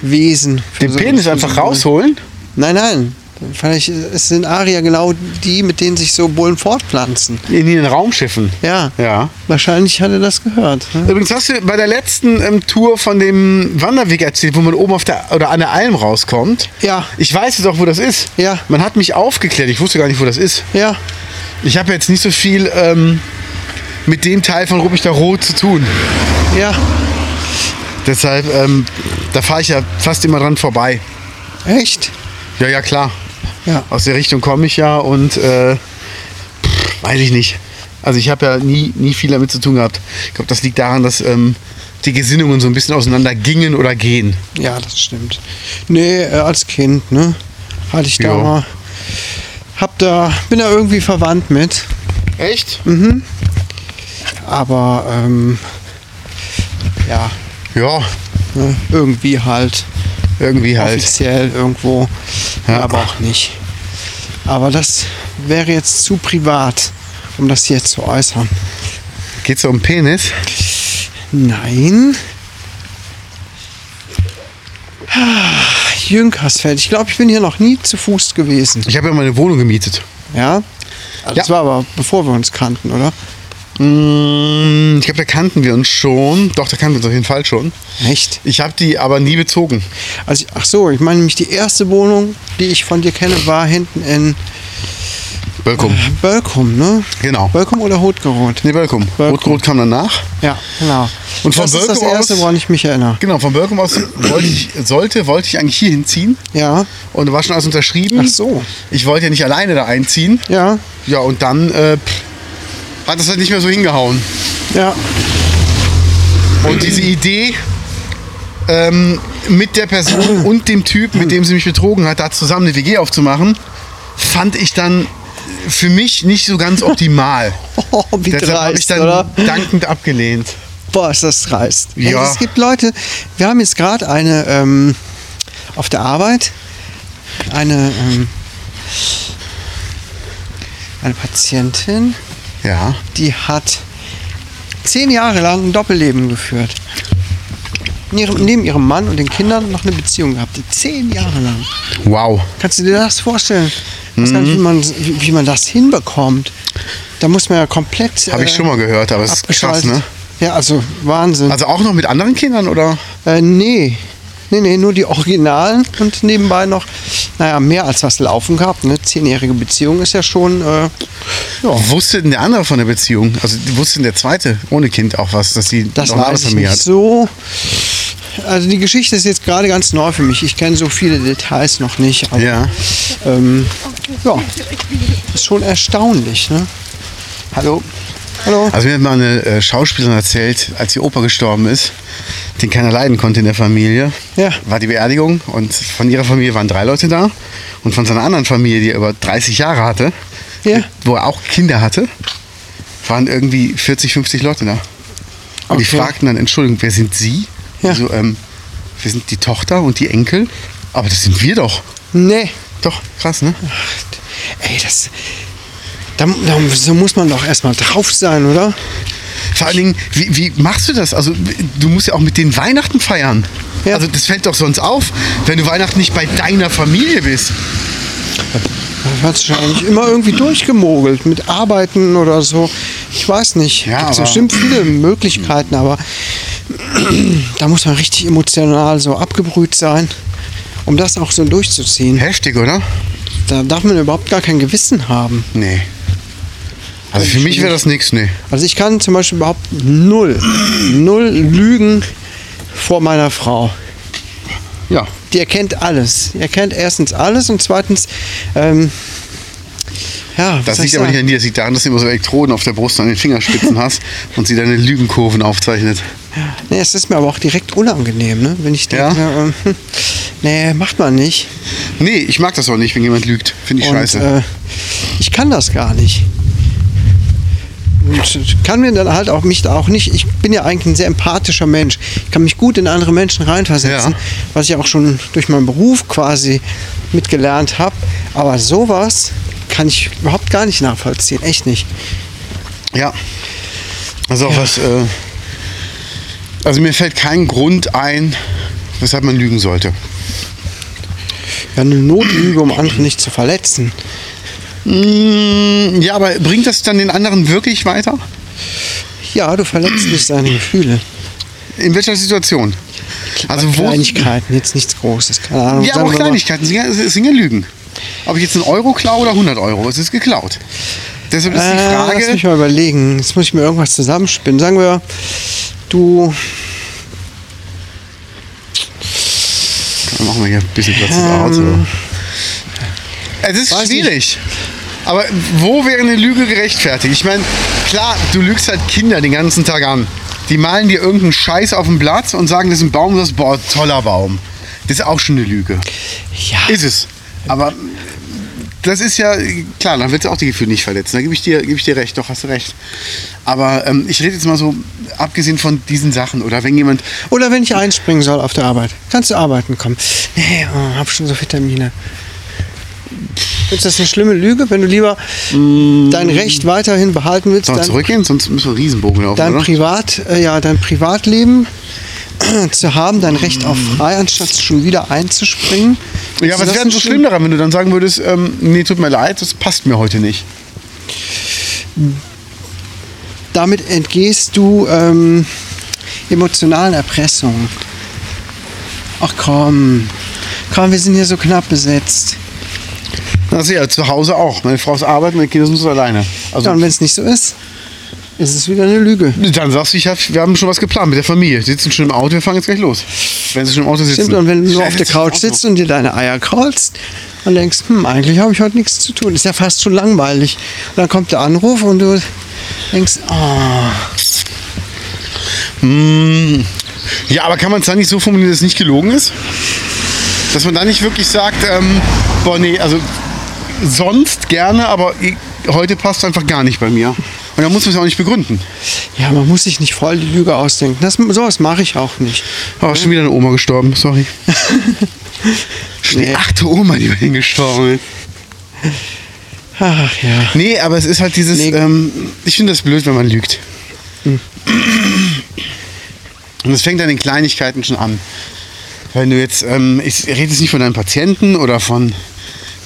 S1: für
S2: Den
S1: Also so-
S2: Penis
S1: für
S2: einfach
S1: so-
S2: rausholen?
S1: Nein, nein. Vielleicht es sind Arier genau die, mit denen sich so Bullen fortpflanzen.
S2: In den Raumschiffen.
S1: Ja.
S2: Ja.
S1: Wahrscheinlich hat er das gehört. Ne?
S2: Übrigens hast du bei der letzten ähm, Tour von dem Wanderweg erzählt, wo man oben auf der oder an der Alm rauskommt.
S1: Ja.
S2: Ich weiß jetzt auch, wo das ist.
S1: Ja.
S2: Man hat mich aufgeklärt. Ich wusste gar nicht, wo das ist.
S1: Ja.
S2: Ich habe jetzt nicht so viel ähm, mit dem Teil von Rubik der Rot zu tun.
S1: Ja.
S2: Deshalb, ähm, da fahre ich ja fast immer dran vorbei.
S1: Echt?
S2: Ja, ja, klar.
S1: Ja.
S2: Aus der Richtung komme ich ja und äh, pff, weiß ich nicht. Also ich habe ja nie, nie viel damit zu tun gehabt. Ich glaube, das liegt daran, dass ähm, die Gesinnungen so ein bisschen auseinander gingen oder gehen.
S1: Ja, das stimmt. Nee, äh, als Kind, ne? Hatte ich da
S2: Ja.
S1: mal. Hab da, bin da irgendwie verwandt mit.
S2: Echt?
S1: Aber, ähm, ja,
S2: Ja,
S1: ne? irgendwie halt.
S2: irgendwie halt.
S1: offiziell irgendwo,
S2: Ja.
S1: aber auch nicht. Aber das wäre jetzt zu privat, um das hier zu äußern.
S2: Geht's um Penis?
S1: Nein. Ah, Jünkersfeld. Ich glaube, ich bin hier noch nie zu Fuß gewesen.
S2: Ich habe ja meine Wohnung gemietet.
S1: Ja? Das
S2: Ja.
S1: war aber bevor wir uns kannten, oder?
S2: Mm, Ich glaube, da kannten wir uns schon. Doch, da kannten wir uns auf jeden Fall schon.
S1: Echt?
S2: Ich habe die aber nie bezogen.
S1: Also, ach so, ich meine nämlich die erste Wohnung, die ich von dir kenne, war hinten in
S2: Bölkum.
S1: Bölkum, ne?
S2: Genau.
S1: Bölkum oder Hotgerod?
S2: Nee, Bölkum.
S1: Bölkum.
S2: Rot-Rot kam danach.
S1: Ja, genau.
S2: Und von
S1: das ist das
S2: Bölkum aus-
S1: erste, woran ich mich erinnere.
S2: Genau, von Bölkum aus wollte ich, sollte, wollte ich eigentlich hier hinziehen.
S1: Ja.
S2: Und war schon alles unterschrieben.
S1: Ach so.
S2: Ich wollte ja nicht alleine da einziehen.
S1: Ja,
S2: Ja, und dann äh, pff, hat das halt nicht mehr so hingehauen.
S1: ja,
S2: Und diese Idee, ähm, mit der Person und dem Typ, mit dem sie mich betrogen hat, da zusammen eine WG aufzumachen, fand ich dann für mich nicht so ganz optimal.
S1: Oh, wie
S2: Deshalb habe
S1: dreist,
S2: ich dann
S1: oder?
S2: dankend abgelehnt.
S1: Boah, ist das dreist.
S2: Ja.
S1: Also, es gibt Leute, wir haben jetzt gerade eine ähm, auf der Arbeit, eine, ähm, eine Patientin,
S2: Ja.
S1: die hat zehn Jahre lang ein Doppelleben geführt. In ihrem, neben ihrem Mann und den Kindern noch eine Beziehung gehabt. Zehn Jahre lang.
S2: Wow.
S1: Kannst du dir das vorstellen? Ich weiß gar
S2: Mhm.
S1: nicht, wie man, wie, wie man das hinbekommt. Da muss man ja komplett. äh,
S2: Habe ich schon mal gehört, aber es ist krass,
S1: abgeschaltet.
S2: ne?
S1: Ja, also Wahnsinn.
S2: Also auch noch mit anderen Kindern oder?
S1: Äh, nee. Nee, nee, nur die Originalen und nebenbei noch, naja, mehr als was laufen gehabt. Eine zehnjährige Beziehung ist ja schon, äh, ja,
S2: Wusste denn der andere von der Beziehung? Also wusste denn der zweite ohne Kind auch was, dass sie
S1: das
S2: noch eine
S1: war
S2: andere
S1: ich
S2: Familie
S1: nicht
S2: hat?
S1: so. Also die Geschichte ist jetzt gerade ganz neu für mich. Ich kenne so viele Details noch nicht. Aber,
S2: Ja.
S1: Ähm, ja, ist schon erstaunlich. Ne? Hallo? Hallo?
S2: Also mir hat mal eine äh, Schauspielerin erzählt, als ihr Opa gestorben ist, den keiner leiden konnte in der Familie,
S1: Ja.
S2: war die Beerdigung und von ihrer Familie waren drei Leute da und von seiner anderen Familie, die er über 30 Jahre hatte,
S1: Ja.
S2: wo er auch Kinder hatte, waren irgendwie 40, 50 Leute da. Und die
S1: Okay.
S2: fragten dann, Entschuldigung, wer sind Sie?
S1: Ja.
S2: Also, ähm, wir sind die Tochter und die Enkel, aber das sind wir doch.
S1: Nee.
S2: Doch, krass, ne?
S1: Ey, das. Da, da so muss man doch erstmal drauf sein, oder?
S2: Vor allen Dingen, wie, wie machst du das? Also, du musst ja auch mit den Weihnachten feiern.
S1: Ja.
S2: Also, das fällt doch sonst auf, wenn du Weihnachten nicht bei deiner Familie bist.
S1: Das hat sich eigentlich immer irgendwie durchgemogelt mit Arbeiten oder so. Ich weiß nicht.
S2: Ja,
S1: Ja, gibt
S2: aber-
S1: bestimmt viele Möglichkeiten, aber da muss man richtig emotional so abgebrüht sein, um das auch so durchzuziehen.
S2: Heftig, oder?
S1: Da darf man überhaupt gar kein Gewissen haben.
S2: Nee. Also, für mich wäre das nichts, nee.
S1: Also ich kann zum Beispiel überhaupt null, null Lügen vor meiner Frau.
S2: Ja.
S1: die erkennt alles. Die erkennt erstens alles und zweitens, ähm, ja, was
S2: Das
S1: soll ich
S2: liegt aber
S1: sagen?
S2: nicht an dir, das liegt daran, dass du immer so Elektroden auf der Brust und an den Fingerspitzen hast und sie deine Lügenkurven aufzeichnet.
S1: Nee, es ist mir aber auch direkt unangenehm, ne? wenn ich denke,
S2: Ja?
S1: ähm, hm, nee, macht man nicht.
S2: Nee, ich mag das auch nicht, wenn jemand lügt. Finde ich scheiße.
S1: Und, äh, ich kann das gar nicht. Und ich kann mir dann halt auch mich da auch nicht. Ich bin ja eigentlich ein sehr empathischer Mensch. Ich kann mich gut in andere Menschen reinversetzen,
S2: Ja.
S1: was ich auch schon durch meinen Beruf quasi mitgelernt habe. Aber sowas kann ich überhaupt gar nicht nachvollziehen, echt nicht. äh,
S2: Ja. Also auch was. Äh, also mir fällt kein Grund ein, weshalb man lügen sollte.
S1: Ja, eine Notlüge, um andere nicht zu verletzen.
S2: Mm, ja, aber bringt das dann den anderen wirklich weiter?
S1: Ja, du verletzt nicht seine Gefühle.
S2: In welcher Situation? Also wo?
S1: Kleinigkeiten, jetzt nichts Großes, keine Ahnung.
S2: Ja,
S1: sagen
S2: aber auch
S1: wir mal-
S2: Kleinigkeiten. Es sind ja- Es sind ja Lügen. Ob ich jetzt einen Euro klaue oder 100 Euro, es ist geklaut. Deshalb ist die
S1: Äh, lass
S2: Frage.
S1: mich mal überlegen. Jetzt muss ich mir irgendwas zusammenspinnen. Sagen wir, du.
S2: Dann machen wir hier ein bisschen Platz ins Auto. Ähm, Es ist
S1: Weiß
S2: schwierig. Aber wo wäre eine Lüge gerechtfertigt? Ich meine, klar, du lügst halt Kinder den ganzen Tag an. Die malen dir irgendeinen Scheiß auf dem Blatt und sagen, das ist ein Baum, und du sagst, boah, toller Baum. Das ist auch schon eine Lüge.
S1: Ja.
S2: Ist es. Aber das ist ja, klar, dann willst du auch die Gefühle nicht verletzen. Da gebe ich, dir- gebe ich dir recht, doch hast du recht. Aber ähm, ich rede jetzt mal so, abgesehen von diesen Sachen, oder wenn jemand,
S1: Oder wenn ich einspringen soll auf der Arbeit. Kannst du arbeiten kommen? Nee, oh, hab schon so viele Termine. Ist das eine schlimme Lüge, wenn du lieber
S2: Mm.
S1: dein Recht weiterhin behalten willst?
S2: Sollen wir
S1: dann-
S2: zurückgehen, sonst müssen wir einen Riesenbogen laufen,
S1: dein
S2: oder?
S1: Privat, äh, ja, dein Privatleben zu haben, dein Recht auf frei, anstatt schon wieder einzuspringen.
S2: Mm.
S1: Also
S2: Ja, was
S1: das
S2: wäre denn
S1: ist
S2: so
S1: schon-
S2: schlimm daran, wenn du dann sagen würdest, ähm, nee, tut mir leid, das passt mir heute nicht.
S1: Damit entgehst du ähm, emotionalen Erpressungen. Ach komm, komm, wir sind hier so knapp besetzt.
S2: Das ist ja zu Hause auch. Meine Frau ist arbeiten, meine Kinder sind so alleine. Also,
S1: ja, und wenn es nicht so ist, ist es wieder eine Lüge.
S2: dann sagst du, ich hab, wir haben schon was geplant mit der Familie. Die sitzen schon im Auto, wir fahren jetzt gleich los. Wenn sie schon im Auto sitzen.
S1: Stimmt, und wenn du
S2: Schnell
S1: nur auf der
S2: jetzt ins
S1: Couch
S2: Auto.
S1: sitzt und dir deine Eier kraulst und denkst, hm, eigentlich habe ich heute nichts zu tun, ist ja fast schon langweilig. Und dann kommt der Anruf und du denkst, oh,
S2: Mm. Ja, aber kann man es dann nicht so formulieren, dass es nicht gelogen ist? Dass man dann nicht wirklich sagt, ähm, boah, nee, also sonst gerne, aber i- heute passt es einfach gar nicht bei mir. Und dann muss man es auch nicht begründen.
S1: ja, man muss sich nicht voll die Lüge ausdenken. Das, sowas mache ich auch nicht.
S2: Oh, ist schon wieder eine Oma gestorben, sorry. Schon die
S1: Nee.
S2: achte Oma, die bei denen gestorben ist.
S1: Ach ja.
S2: Nee, aber es ist halt dieses,
S1: Nee.
S2: ähm, ich finde das blöd, wenn man lügt. Und es fängt an den Kleinigkeiten schon an. Wenn du jetzt, ähm, ich rede jetzt nicht von deinen Patienten oder von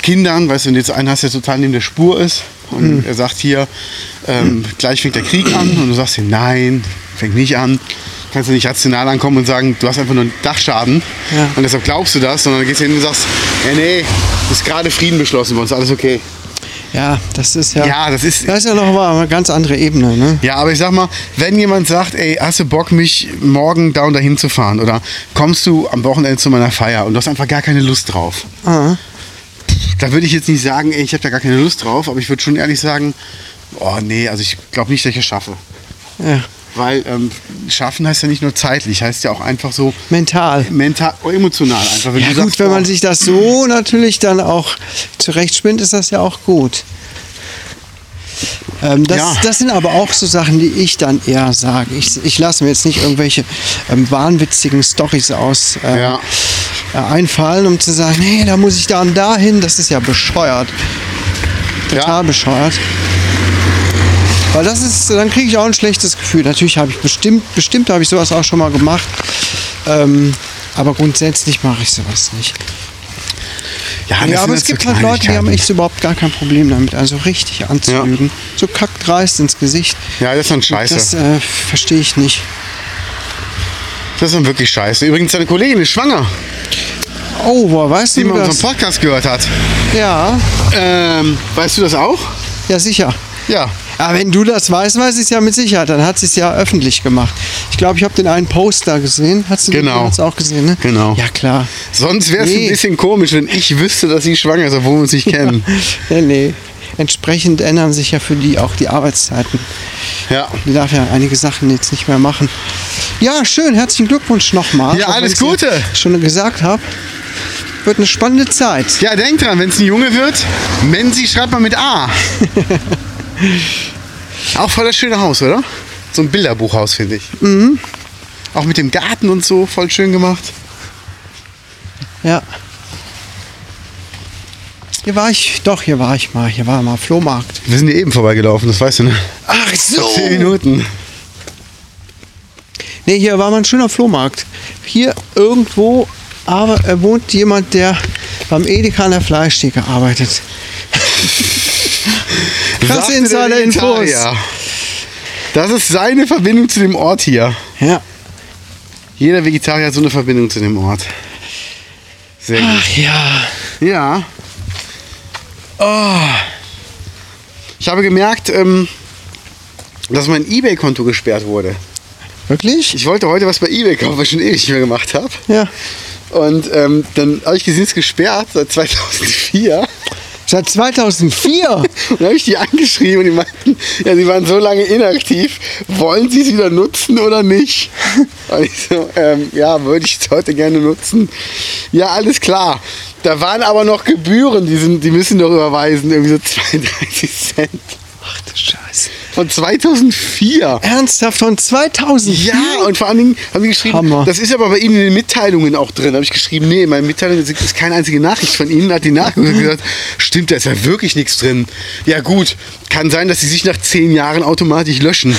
S2: Kindern, weißt du, wenn du jetzt einen hast, der total neben der Spur ist und
S1: Hm.
S2: er sagt hier, ähm, gleich fängt der Krieg an und du sagst ihm, nein, fängt nicht an. Kannst du nicht rational ankommen und sagen, du hast einfach nur einen Dachschaden
S1: Ja.
S2: und deshalb glaubst du das, sondern gehst hin und sagst, ja nee, ist gerade Frieden beschlossen worden, ist alles okay.
S1: Ja, das ist ja.
S2: Ja, das ist,
S1: Das ist ja nochmal eine ganz andere Ebene, ne?
S2: Ja, aber ich sag mal, wenn jemand sagt, ey, hast du Bock, mich morgen da und dahin zu fahren? Oder kommst du am Wochenende zu meiner Feier und du hast einfach gar keine Lust drauf?
S1: Ah,
S2: Da würde ich jetzt nicht sagen, ey, ich habe da gar keine Lust drauf, aber ich würde schon ehrlich sagen, oh nee, also ich glaube nicht, dass ich es schaffe.
S1: ja.
S2: Weil ähm, schaffen heißt ja nicht nur zeitlich, heißt ja auch einfach so
S1: Mental.
S2: mental, emotional einfach. Wenn
S1: Ja,
S2: du
S1: gut,
S2: sagst,
S1: wenn man
S2: oh,
S1: sich das so natürlich dann auch zurechtspinnt, ist das ja auch gut. Ähm, das,
S2: Ja.
S1: das sind aber auch so Sachen, die ich dann eher sage. Ich, ich lasse mir jetzt nicht irgendwelche ähm, wahnwitzigen Stories aus ähm,
S2: Ja.
S1: äh, einfallen, um zu sagen, nee, da muss ich da und da hin. Das ist ja bescheuert. Total bescheuert. Weil das ist, dann kriege ich auch ein schlechtes Gefühl. Natürlich habe ich bestimmt, bestimmt habe ich sowas auch schon mal gemacht. Ähm, aber grundsätzlich mache ich sowas nicht.
S2: Ja, das
S1: Ja, aber
S2: sind
S1: es
S2: jetzt
S1: gibt
S2: so
S1: halt Leute, die haben
S2: Kleinigkeiten.
S1: echt überhaupt gar kein Problem damit, also richtig anzulügen. So kackdreist ins Gesicht.
S2: Ja, das ist dann scheiße.
S1: Das äh, verstehe ich nicht.
S2: Das ist dann wirklich scheiße. Übrigens, deine Kollegin ist schwanger,
S1: Oh, boah, weißt
S2: die
S1: du
S2: mal
S1: das?
S2: unseren Podcast gehört hat.
S1: Ja,
S2: Ähm, weißt du das auch?
S1: ja sicher.
S2: Ja.
S1: Aber Ah, wenn du das weißt, weiß ich es ja mit Sicherheit. Dann hat sie es ja öffentlich gemacht. Ich glaube, ich habe den einen Poster gesehen. Hast du den-
S2: Genau.
S1: den hat's auch gesehen, ne?
S2: Genau.
S1: Ja, klar.
S2: Sonst wäre es
S1: Nee.
S2: ein bisschen komisch, wenn ich wüsste, dass sie schwanger ist, obwohl wir uns nicht kennen.
S1: nee, nee. Entsprechend ändern sich ja für die auch die Arbeitszeiten.
S2: ja.
S1: Die darf ja einige Sachen jetzt nicht mehr machen. Ja, schön. Herzlichen Glückwunsch nochmal.
S2: Ja,
S1: Auch
S2: alles
S1: wenn ich's
S2: Gute.
S1: ja Schon gesagt habe. Wird eine spannende Zeit.
S2: Ja, denk dran, wenn es ein Junge wird, Menzi schreibt man mit A. Auch voll das schöne Haus, oder? So ein Bilderbuchhaus, finde ich. Auch mit dem Garten und so, voll schön gemacht.
S1: Ja. Hier war ich, doch, hier war ich mal. Hier war mal Flohmarkt.
S2: Wir sind hier eben vorbeigelaufen, das weißt du, ne?
S1: Ach so.
S2: Zehn Minuten.
S1: Nee, hier war mal ein schöner Flohmarkt. Hier irgendwo aber äh, wohnt jemand, der beim Edeka an der Fleischtheke arbeitet. Krass
S2: Sagte der
S1: Insider-Infos.
S2: Vegetarier. Das ist seine Verbindung zu dem Ort hier.
S1: Ja.
S2: Jeder Vegetarier hat so eine Verbindung zu dem Ort. Sehr gut.
S1: Ach ja.
S2: Ja. Oh. Ich habe gemerkt, ähm, dass mein Ebay-Konto gesperrt wurde.
S1: Wirklich?
S2: Ich wollte heute was bei Ebay kaufen, was ich schon ewig nicht mehr gemacht habe.
S1: Ja.
S2: Und ähm, dann habe ich gesehen, es ist gesperrt seit 2004.
S1: Seit 2004.
S2: Und dann habe ich die angeschrieben und die meinten, ja, sie waren so lange inaktiv, wollen sie es wieder nutzen oder nicht? Und ich so, ähm, ja, würde ich es heute gerne nutzen. Ja, alles klar. Da waren aber noch Gebühren, die, sind, die müssen doch überweisen, irgendwie so 32 Cent.
S1: Ach du Scheiße.
S2: Von 2004.
S1: Ernsthaft von 2000?
S2: Ja, und vor allen Dingen haben sie geschrieben,
S1: Hammer.
S2: das ist aber bei Ihnen in den Mitteilungen auch drin. Da habe ich geschrieben, nee, in meinen Mitteilungen ist- ist keine einzige Nachricht von Ihnen. Da hat die nachgeguckt und gesagt, stimmt, da ist ja wirklich nichts drin. Ja gut, kann sein, dass Sie sich nach zehn Jahren automatisch löschen.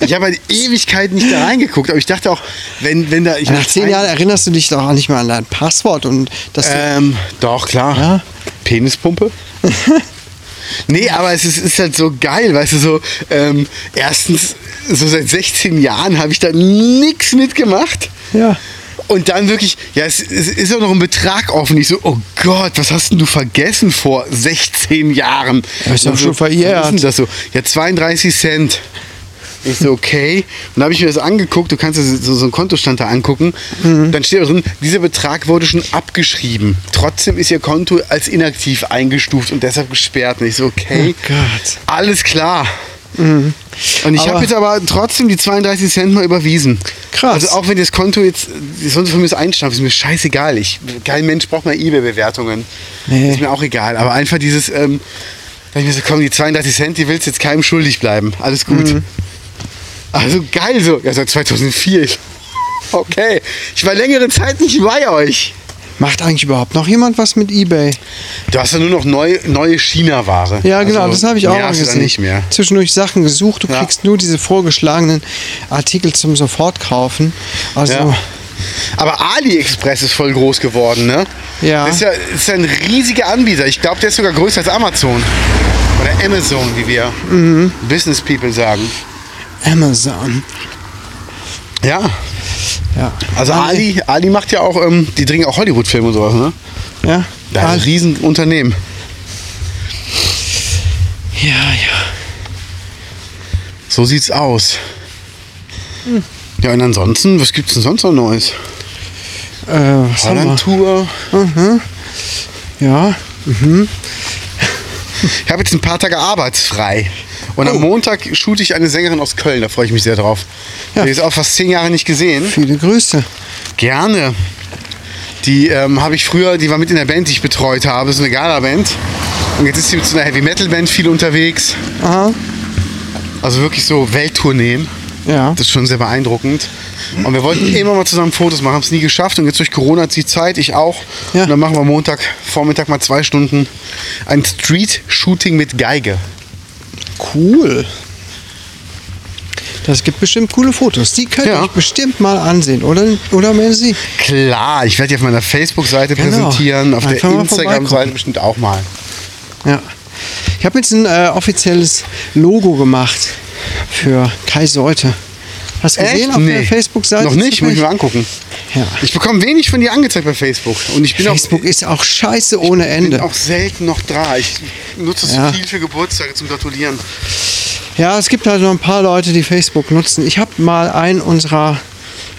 S2: Ich habe halt Ewigkeit nicht da reingeguckt, aber ich dachte auch, wenn, wenn da... Ich
S1: Nach zehn Jahren erinnerst du dich doch auch nicht mehr an dein Passwort und das.
S2: Ähm, doch, klar.
S1: Ja.
S2: Penispumpe? nee, aber es ist, ist halt so geil, weißt du, so, ähm, erstens, so seit 16 Jahren habe ich da nichts mitgemacht.
S1: ja.
S2: Und dann wirklich, ja, es, es ist auch noch ein Betrag offen. Ich so, oh Gott, was hast denn du vergessen vor 16 Jahren?
S1: Ja, ist doch
S2: Und so,
S1: schon verjährt.
S2: was ist denn das so? Ja, 32 Cent. Ich so, okay. Dann habe ich mir das angeguckt. Du kannst dir so, so einen Kontostand da angucken.
S1: Mhm.
S2: Dann steht da drin, dieser Betrag wurde schon abgeschrieben. Trotzdem ist ihr Konto als inaktiv eingestuft und deshalb gesperrt. Und ich so, okay.
S1: Oh Gott. Mhm.
S2: Alles klar. Und ich
S1: Aber-
S2: habe jetzt aber trotzdem die 32 Cent mal überwiesen.
S1: Krass.
S2: Also auch wenn das Konto jetzt, das Konto von mir ist einstampft, ist mir scheißegal. Ich, kein Mensch braucht mal Ebay-Bewertungen.
S1: Nee.
S2: Ist mir auch egal. Aber einfach dieses, ähm, da ich mir so, komm, die 32 Cent, die willst jetzt keinem schuldig bleiben. Alles gut.
S1: Mhm.
S2: Also geil so. Ja, seit 2004. Ich- Okay. Ich war längere Zeit nicht bei euch.
S1: Macht eigentlich überhaupt noch jemand was mit eBay?
S2: Du hast ja nur noch neu, neue China-Ware.
S1: Ja, genau,
S2: Also,
S1: das habe ich auch
S2: mehr
S1: mal
S2: hast du da
S1: gesehen.
S2: nicht mehr.
S1: Zwischendurch Sachen gesucht, du
S2: Ja.
S1: kriegst nur diese vorgeschlagenen Artikel zum Sofortkaufen. Also,
S2: Ja. Aber AliExpress ist voll groß geworden, ne?
S1: Ja.
S2: Das ist ja, das ist ja ein riesiger Anbieter. Ich glaube, der ist sogar größer als Amazon. Oder Amazon, wie wir
S1: Mhm.
S2: Business People sagen.
S1: Amazon.
S2: Ja.
S1: Ja.
S2: Also Ali, Ali macht ja auch, ähm, die bringen auch Hollywood-Filme und sowas, ne?
S1: Ja.
S2: Da ist ein
S1: Ali.
S2: Riesenunternehmen.
S1: Ja, ja.
S2: So sieht's aus.
S1: Hm.
S2: Ja, und ansonsten, was gibt's denn sonst noch Neues?
S1: Äh, was haben wir?
S2: Holland-Tour.
S1: Ja.
S2: Ich habe jetzt ein paar Tage arbeitsfrei. Und
S1: Oh.
S2: am Montag shoote ich eine Sängerin aus Köln, da freue ich mich sehr drauf.
S1: Ja.
S2: Die ist auch fast zehn Jahre nicht gesehen.
S1: Viele Grüße.
S2: Gerne. Die ähm, habe ich früher, die war mit in der Band, die ich betreut habe, so eine Gala-Band. Und jetzt ist sie mit so einer Heavy-Metal-Band viel unterwegs.
S1: Aha.
S2: Also wirklich so Welttourneen.
S1: Ja.
S2: Das ist schon sehr beeindruckend. Und wir wollten immer mal zusammen Fotos machen, haben es nie geschafft. Und jetzt durch Corona hat sie Zeit, ich auch.
S1: Ja.
S2: Und dann machen wir Montag Vormittag mal zwei Stunden ein Street-Shooting mit Geige.
S1: Cool. Das gibt bestimmt coole Fotos. Die könnt ihr
S2: Ja.
S1: euch bestimmt mal ansehen, oder? Oder Menzi?
S2: Klar, ich werde die auf meiner Facebook-Seite
S1: Genau.
S2: präsentieren, auf
S1: Einfach
S2: der
S1: mal
S2: Instagram-Seite
S1: vorbeigucken.
S2: bestimmt auch mal.
S1: Ja. Ich habe jetzt ein äh, offizielles Logo gemacht für Kai Seute. Hast du gesehen auf der
S2: Nee.
S1: Facebook-Seite?
S2: Noch nicht, muss ich mir angucken.
S1: Ja.
S2: Ich bekomme wenig von dir angezeigt bei Facebook. Und ich bin
S1: Facebook ist auch scheiße ohne
S2: auch, bin
S1: Ende.
S2: auch selten noch da. Ich nutze es
S1: Ja.
S2: viel für Geburtstage zum Gratulieren.
S1: Ja, es gibt halt noch ein paar Leute, die Facebook nutzen. Ich habe mal einen unserer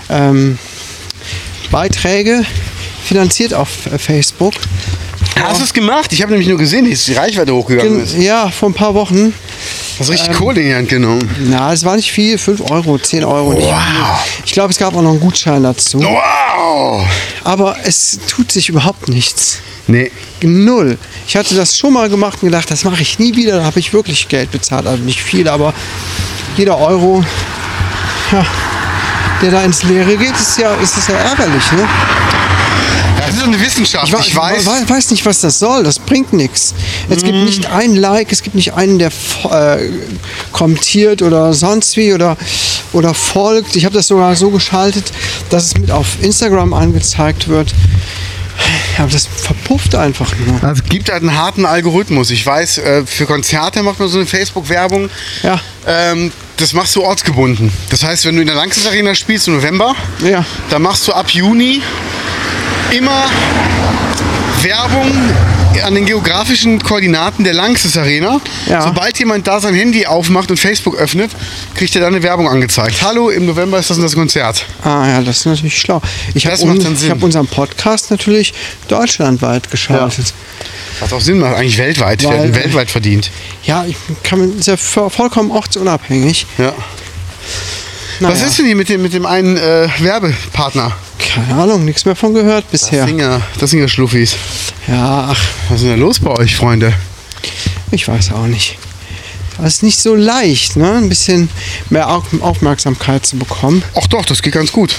S1: ähm, Beiträge finanziert auf äh, Facebook.
S2: Hast du es gemacht? Ich habe nämlich nur gesehen, dass die Reichweite hochgegangen ist.
S1: Gen- ähm, Ja, vor ein paar Wochen.
S2: Hast richtig Kohle in die Hand genommen.
S1: Na, es war nicht viel, 5 Euro, 10 Euro. Nicht
S2: Wow.
S1: viel. Ich glaube, es gab auch noch einen Gutschein dazu.
S2: Wow!
S1: Aber es tut sich überhaupt nichts.
S2: Nee.
S1: Null. Ich hatte das schon mal gemacht und gedacht, das mache ich nie wieder. Da habe ich wirklich Geld bezahlt. Also nicht viel, aber jeder Euro, ja, der da ins Leere geht, ist ja, ist es ja ärgerlich. Ne?
S2: Das ist so eine Wissenschaft. Ich, weiß. Mhm.
S1: weiß, weiß nicht, was das soll. Das bringt nichts. Es gibt nicht einen Like, es gibt nicht einen, der fo- äh, kommentiert oder sonst wie oder, oder folgt. Ich habe das sogar so geschaltet, dass es mit auf Instagram angezeigt wird. Aber das verpufft einfach nur.
S2: Also es gibt halt einen harten Algorithmus. Ich weiß, äh, für Konzerte macht man so eine Facebook-Werbung.
S1: Ja.
S2: Ähm, das machst du ortsgebunden. Das heißt, wenn du in der Lanxess Arena spielst im November,
S1: Ja.
S2: dann machst du ab Juni immer Werbung an den geografischen Koordinaten der Lanxess Arena.
S1: Ja.
S2: Sobald jemand da sein Handy aufmacht und Facebook öffnet, kriegt er dann eine Werbung angezeigt. Hallo, im November ist das und das Konzert.
S1: Ah ja, das ist natürlich schlau. Ich habe
S2: Das macht dann
S1: un
S2: Sinn.
S1: ich hab unseren Podcast natürlich deutschlandweit geschaltet.
S2: Was auch Sinn macht, eigentlich weltweit.
S1: Weil-
S2: Weil, weltweit verdient.
S1: Ja, ich kann, man- ist ja vo- vollkommen ortsunabhängig.
S2: Ja.
S1: Naja,
S2: Was ist denn hier mit dem, mit dem einen äh, Werbepartner?
S1: Keine Ahnung, nichts mehr von gehört
S2: Das
S1: bisher.
S2: sind ja, das sind ja Schluffis.
S1: Ja, ach,
S2: Was ist denn da los bei euch, Freunde?
S1: Ich weiß auch nicht. Das ist nicht so leicht, ne? ein bisschen mehr Au- Aufmerksamkeit zu bekommen.
S2: Ach doch, das geht ganz gut.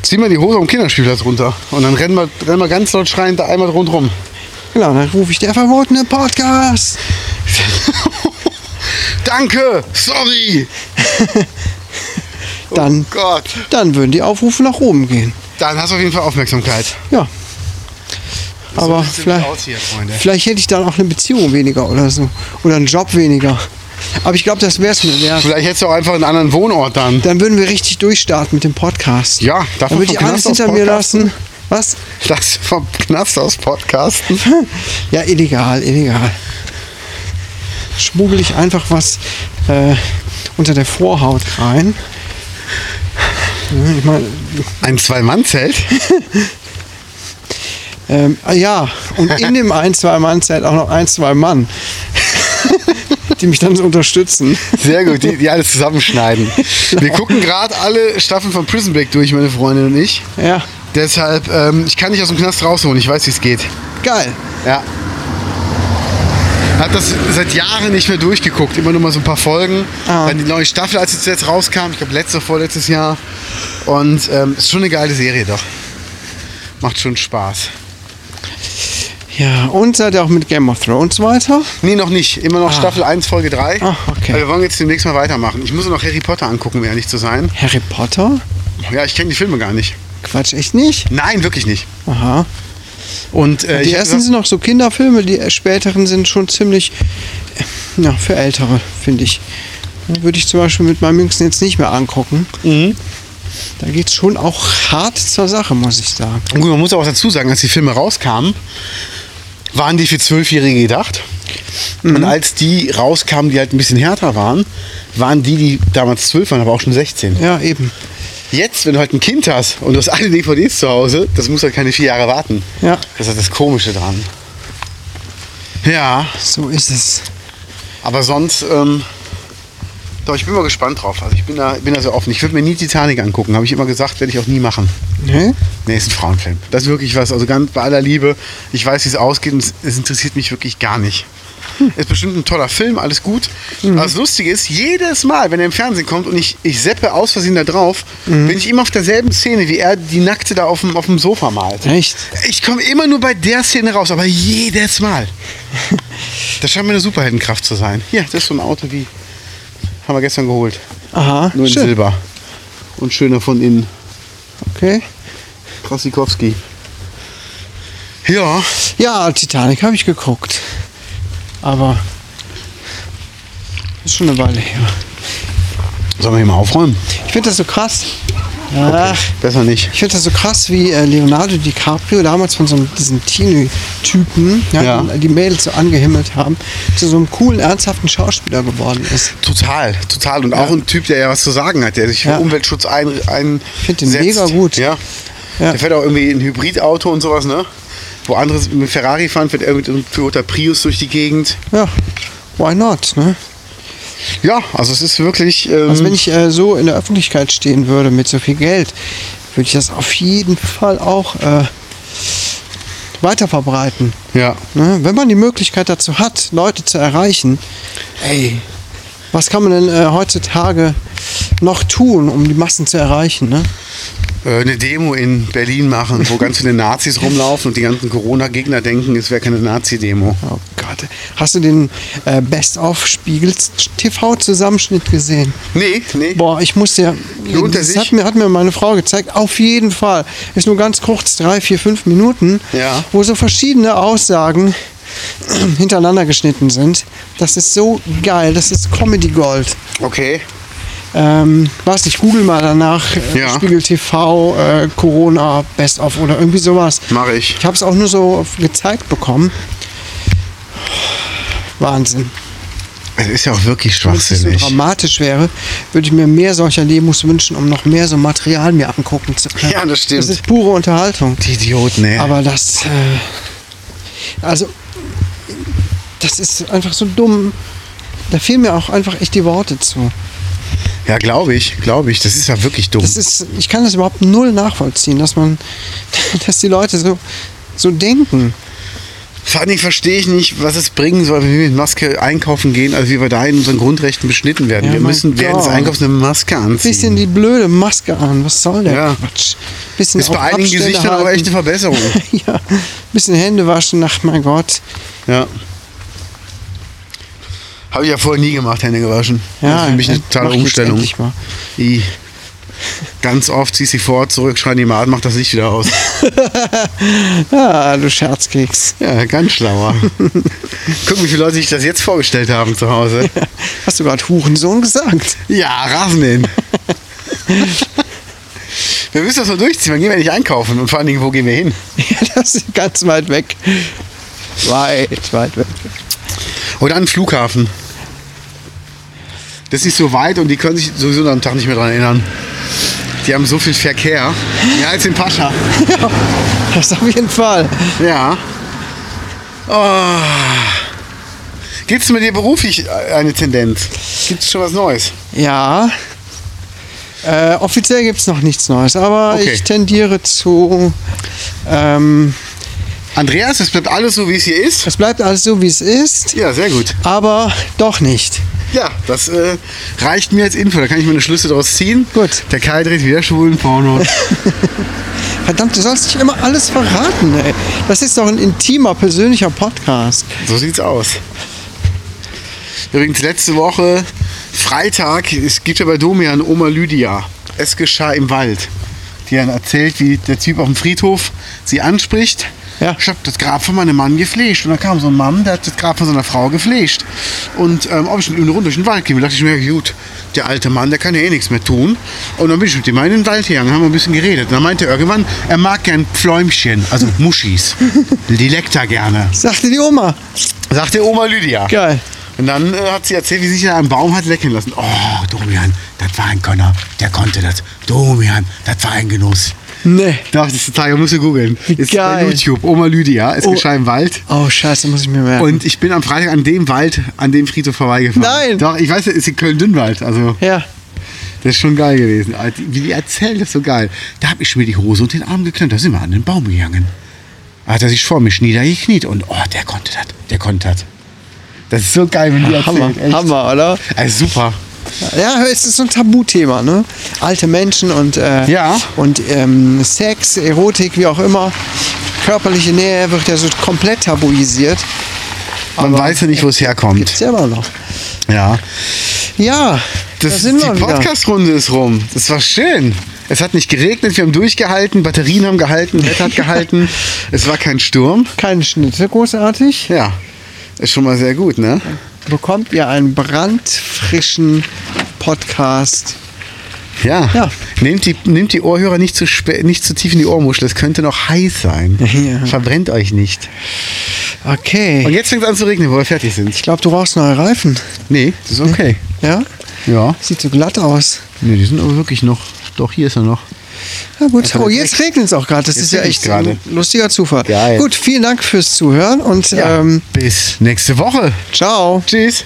S2: Zieh mal die Hose am Kinderspielplatz runter und dann rennen wir, rennen wir ganz laut schreiend da einmal rundrum.
S1: Genau, dann rufe ich der verbotene Podcast.
S2: Danke, sorry.
S1: Dann,
S2: Oh Gott.
S1: dann würden die Aufrufe nach oben gehen.
S2: Dann hast du auf jeden Fall Aufmerksamkeit.
S1: Ja. Aber
S2: sieht's nämlich
S1: vielleicht,
S2: aus hier, Freunde.
S1: vielleicht hätte ich dann auch eine Beziehung weniger oder so. Oder einen Job weniger. Aber ich glaube, das wäre es mir wert.
S2: Vielleicht hättest du auch einfach einen anderen Wohnort dann.
S1: Dann würden wir richtig durchstarten mit dem Podcast.
S2: Ja, darf
S1: Dann
S2: man
S1: würde
S2: vom
S1: ich alles
S2: Knast aus
S1: hinter mir
S2: podcasten?
S1: lassen. Was?
S2: Das vom Knast aus Podcasten.
S1: Ja, illegal, illegal. Schmuggel ich einfach was äh, unter der Vorhaut rein. Ja, Ich meine,
S2: Ein Zwei-Mann-Zelt?
S1: ähm, ah ja, und in dem ein, zwei Mann zählt auch noch ein, zwei Mann, die mich dann so unterstützen.
S2: Sehr gut, die, die alles zusammenschneiden. Wir gucken gerade alle Staffeln von Prison Break durch, meine Freundin und ich.
S1: Ja,
S2: Deshalb, ähm, ich kann dich aus dem Knast rausholen, ich weiß, wie es geht.
S1: geil.
S2: Ja. Hab das seit Jahren nicht mehr durchgeguckt, immer nur mal so ein paar Folgen.
S1: Ah.
S2: Dann die neue Staffel, als es jetzt rauskam, ich glaube letztes, vorletztes Jahr. Und ähm, ist schon eine geile Serie doch. Macht schon Spaß.
S1: Ja, und seid ihr auch mit Game of Thrones weiter?
S2: Nee, noch nicht. Immer noch Staffel 1, Folge 3.
S1: Ah, okay.
S2: Aber Wir wollen jetzt demnächst mal weitermachen. Ich muss noch Harry Potter angucken, um ehrlich zu sein.
S1: Harry Potter?
S2: Ja, ich kenne die Filme gar nicht.
S1: Quatsch, echt nicht?
S2: Nein, wirklich nicht.
S1: Aha.
S2: Und äh,
S1: Die
S2: ich hab
S1: ersten
S2: gesagt,
S1: sind noch so Kinderfilme, die späteren sind schon ziemlich, äh, ja, für Ältere, finde ich. Würde ich zum Beispiel mit meinem Jüngsten jetzt nicht mehr angucken.
S2: mhm.
S1: Da geht es schon auch hart zur Sache, muss ich sagen.
S2: gut, man muss auch dazu sagen, als die Filme rauskamen, waren die für Zwölfjährige gedacht.
S1: Mhm.
S2: Und als die rauskamen, die halt ein bisschen härter waren, waren die, die damals zwölf waren, aber auch schon 16.
S1: Ja, eben.
S2: Jetzt, wenn du halt ein Kind hast und du hast alle DVDs zu Hause, das muss halt keine vier Jahre warten.
S1: Ja.
S2: Das ist halt das Komische dran. Ja,
S1: So ist es.
S2: aber sonst, ähm, doch, ich bin mal gespannt drauf. Also ich bin da, bin da so offen. Ich würde mir nie Titanic angucken, habe ich immer gesagt, werde ich auch nie machen.
S1: Ne?
S2: Nee, ist ein Frauenfilm. Das ist wirklich was, also ganz bei aller Liebe. Ich weiß, wie es ausgeht und es- es interessiert mich wirklich gar nicht. Ist bestimmt ein toller Film, alles gut. Aber das Lustige ist, jedes Mal, wenn er im Fernsehen kommt und ich, ich seppe aus Versehen da drauf, bin ich immer auf derselben Szene, wie er die Nackte da auf dem, auf dem Sofa malt.
S1: Echt?
S2: Ich komme immer nur bei der Szene raus, aber jedes Mal. Das scheint mir eine Superheldenkraft zu sein. Hier, das ist so ein Auto wie. Haben wir gestern geholt.
S1: Aha,
S2: Nur in
S1: schön.
S2: Silber. Und schöner von innen.
S1: Okay.
S2: Krasikowski. Ja,
S1: Ja, Titanic habe ich geguckt. Aber ist schon eine Weile her.
S2: sollen wir hier mal aufräumen?
S1: Ich finde das so krass. Ach,
S2: Besser nicht.
S1: Ich finde das so krass, wie äh, Leonardo DiCaprio damals von so einem, diesem Teenie-Typen, ja,
S2: Ja.
S1: den die Mädels so angehimmelt haben, zu so einem coolen, ernsthaften Schauspieler geworden ist.
S2: Total, total. Und auch ein Typ, der ja was zu sagen hat, der sich für
S1: Ja.
S2: Umweltschutz ein, ein
S1: Ich find den mega gut.
S2: Ja.
S1: Ja.
S2: Der fährt auch irgendwie ein Hybridauto und sowas, ne? Wo andere mit Ferrari fahren, fährt er mit einem Toyota Prius durch die Gegend.
S1: Ja, why not? Ne?
S2: Ja, also es ist wirklich. Ähm,
S1: Also wenn ich äh, so in der Öffentlichkeit stehen würde mit so viel Geld, würde ich das auf jeden Fall auch äh, weiter verbreiten.
S2: ja.
S1: Ne? Wenn man die Möglichkeit dazu hat, Leute zu erreichen,
S2: Ey.
S1: was kann man denn äh, heutzutage noch tun, um die Massen zu erreichen? Ne?
S2: äh, eine Demo in Berlin machen, wo ganz viele Nazis rumlaufen und die ganzen Corona-Gegner denken, es wäre keine Nazi-Demo.
S1: Oh Gott. Hast du den äh, Best-of-Spiegel-TV-Zusammenschnitt gesehen?
S2: Nee, nee.
S1: Boah, ich muss dir.
S2: Lohnt er
S1: das
S2: sich?
S1: hat mir, hat mir meine Frau gezeigt. Auf jeden Fall. Ist nur ganz kurz, drei, vier, fünf Minuten,
S2: Ja.
S1: wo so verschiedene Aussagen hintereinander geschnitten sind. Das ist so geil. Das ist Comedy Gold.
S2: Okay.
S1: Ähm, weiß nicht, google mal danach. Äh,
S2: Ja.
S1: Spiegel TV, äh, Corona, Best of oder irgendwie sowas.
S2: Mache ich.
S1: Ich habe es auch nur so gezeigt bekommen. Wahnsinn.
S2: Es ist ja auch wirklich
S1: Wenn es nicht so
S2: schwachsinnig.
S1: dramatisch wäre, würde ich mir mehr solcher Demos wünschen, um noch mehr so Material mir angucken zu können.
S2: Ja, das stimmt.
S1: Das ist pure Unterhaltung.
S2: Die Idioten, ne? ey.
S1: Aber das, äh, also, das ist einfach so dumm. Da fehlen mir auch einfach echt die Worte zu.
S2: Ja, glaube ich, glaube ich. Das ist ja wirklich dumm.
S1: Das ist, ich kann das überhaupt null nachvollziehen, dass man, dass die Leute so, so denken.
S2: Vor allem verstehe ich nicht, was es bringen soll, wenn wir mit Maske einkaufen gehen, also wie wir da in unseren Grundrechten beschnitten werden.
S1: Ja,
S2: wir
S1: mein
S2: müssen während des
S1: Gott.
S2: Einkaufs eine Maske anziehen.
S1: Bisschen die blöde Maske an, was soll der
S2: Hm. Ja.
S1: Quatsch? Bisschen
S2: ist bei
S1: auf
S2: einigen
S1: Abstände
S2: Gesichtern aber
S1: halten.
S2: echt eine Verbesserung.
S1: ja, ein bisschen Hände waschen, ach mein Gott.
S2: ja. Habe ich ja vorher nie gemacht, Hände gewaschen. das
S1: Ja,
S2: ist für mich eine
S1: äh, mach
S2: totale
S1: ich jetzt
S2: Umstellung.
S1: endlich mal.
S2: I. Ganz oft ziehst du sie vor, zurück, schreien die mal an, mach das Licht wieder aus.
S1: Ah, du Scherzkeks.
S2: Ja, ganz schlauer. Guck, wie viele Leute sich das jetzt vorgestellt haben zu Hause.
S1: Hast du gerade Hurensohn gesagt?
S2: Ja, Rasenmähen. wir müssen das mal durchziehen. Wann gehen wir nicht einkaufen? Und vor allen Dingen, wo gehen wir hin?
S1: Ja, das ist ganz weit weg. Weit, weit weg.
S2: Oder an den Flughafen. Das ist nicht so weit und die können sich sowieso am Tag nicht mehr dran erinnern. Die haben so viel Verkehr. Mehr als in Pascha.
S1: Das auf jeden Fall.
S2: Ja. Oh. Gibt es mit dir beruflich eine Tendenz? Gibt es schon was Neues?
S1: Ja. Äh, offiziell gibt es noch nichts Neues, aber
S2: Okay.
S1: ich tendiere zu. Ähm,
S2: Andreas, es bleibt alles so, wie es hier ist?
S1: es bleibt alles so, wie es ist,
S2: Ja, sehr gut.
S1: aber doch nicht.
S2: Ja, das äh, reicht mir als Info. Da kann ich meine Schlüsse draus ziehen.
S1: Gut.
S2: Der Kai dreht wieder schwulen Porno.
S1: Verdammt, du sollst nicht immer alles verraten, ey. Das ist doch ein intimer, persönlicher Podcast.
S2: So sieht's aus. Übrigens, letzte Woche, Freitag, es gibt ja bei Domian Oma Lydia. Es geschah im Wald. Die dann erzählt, wie der Typ auf dem Friedhof sie anspricht.
S1: Ja.
S2: Ich habe das Grab von meinem Mann geflecht. Und dann kam so ein Mann, der hat das Grab von seiner Frau geflecht. Und ähm, ob ich mit ihm eine Runde durch den Wald gehe, dachte ich mir, gut, der alte Mann, der kann ja eh nichts mehr tun. Und dann bin ich mit dem Mann in den Wald gegangen, haben wir ein bisschen geredet. Und dann meinte er irgendwann, er mag gern Pfläumchen, also Muschis. Die leckt er gerne.
S1: Sagte die Oma.
S2: Sagte Oma Lydia.
S1: Geil.
S2: Und dann äh, hat sie erzählt, wie sie sich an einem Baum hat lecken lassen. Oh, Domian, das war ein Gönner. Der konnte das. Domian, das war ein Genuss.
S1: Nee.
S2: Doch, das ist total, musst du googeln.
S1: Wie
S2: Ist
S1: geil.
S2: bei YouTube, Oma Lydia, es
S1: Oh.
S2: geschah im Wald.
S1: Oh, scheiße, muss ich mir merken.
S2: Und ich bin am Freitag an dem Wald, an dem Friedhof vorbeigefahren.
S1: Nein.
S2: Doch, ich weiß, es ist in Köln-Dünnwald. Also,
S1: ja.
S2: das ist schon geil gewesen. Aber die- Wie die erzählt, das ist so geil. Da habe ich mir die Hose und den Arm geklemmt. Da sind wir an den Baum gegangen. Da hat er sich vor mich niedergekniet. Und oh, der konnte das. Der konnte das. Das ist so geil, wenn die erzählt.
S1: Hammer,
S2: echt.
S1: Hammer, oder?
S2: Also super.
S1: Ja, es ist so ein Tabuthema, ne? Alte Menschen und, äh,
S2: Ja.
S1: und ähm, Sex, Erotik, wie auch immer. Körperliche Nähe wird ja so komplett tabuisiert.
S2: Man weiß ja nicht, wo es
S1: Gibt's
S2: herkommt.
S1: ja immer noch.
S2: Ja.
S1: Ja, da
S2: Das ist,
S1: sind
S2: die
S1: wir wieder.
S2: Podcast-Runde ist rum. Das war schön. Es hat nicht geregnet, wir haben durchgehalten, Batterien haben gehalten, Wetter hat gehalten. Es war kein Sturm.
S1: Keine Schnitte, großartig.
S2: Ja, ist schon mal sehr gut, ne?
S1: Bekommt ihr einen brandfrischen Podcast.
S2: Ja.
S1: Ja.
S2: Nehmt, die, nehmt die Ohrhörer nicht zu, spä- nicht zu tief in die Ohrmuschel, es könnte noch heiß sein.
S1: Ja.
S2: Verbrennt euch nicht. Und
S1: Okay.
S2: jetzt fängt es an zu regnen, wo wir fertig sind.
S1: Ich glaube, du brauchst neue Reifen.
S2: Nee, das ist okay.
S1: Ja?
S2: Ja.
S1: Sieht so glatt aus.
S2: Nee, die sind aber wirklich noch. Doch, hier ist er noch.
S1: Ja gut.
S2: Also
S1: Oh,
S2: das
S1: jetzt regnet es auch gerade. Das
S2: Jetzt
S1: ist ja
S2: regnet's
S1: echt ein lustiger Zufall.
S2: Geil.
S1: Gut, vielen Dank fürs Zuhören und ähm,
S2: Bis nächste Woche.
S1: ciao.
S2: Tschüss.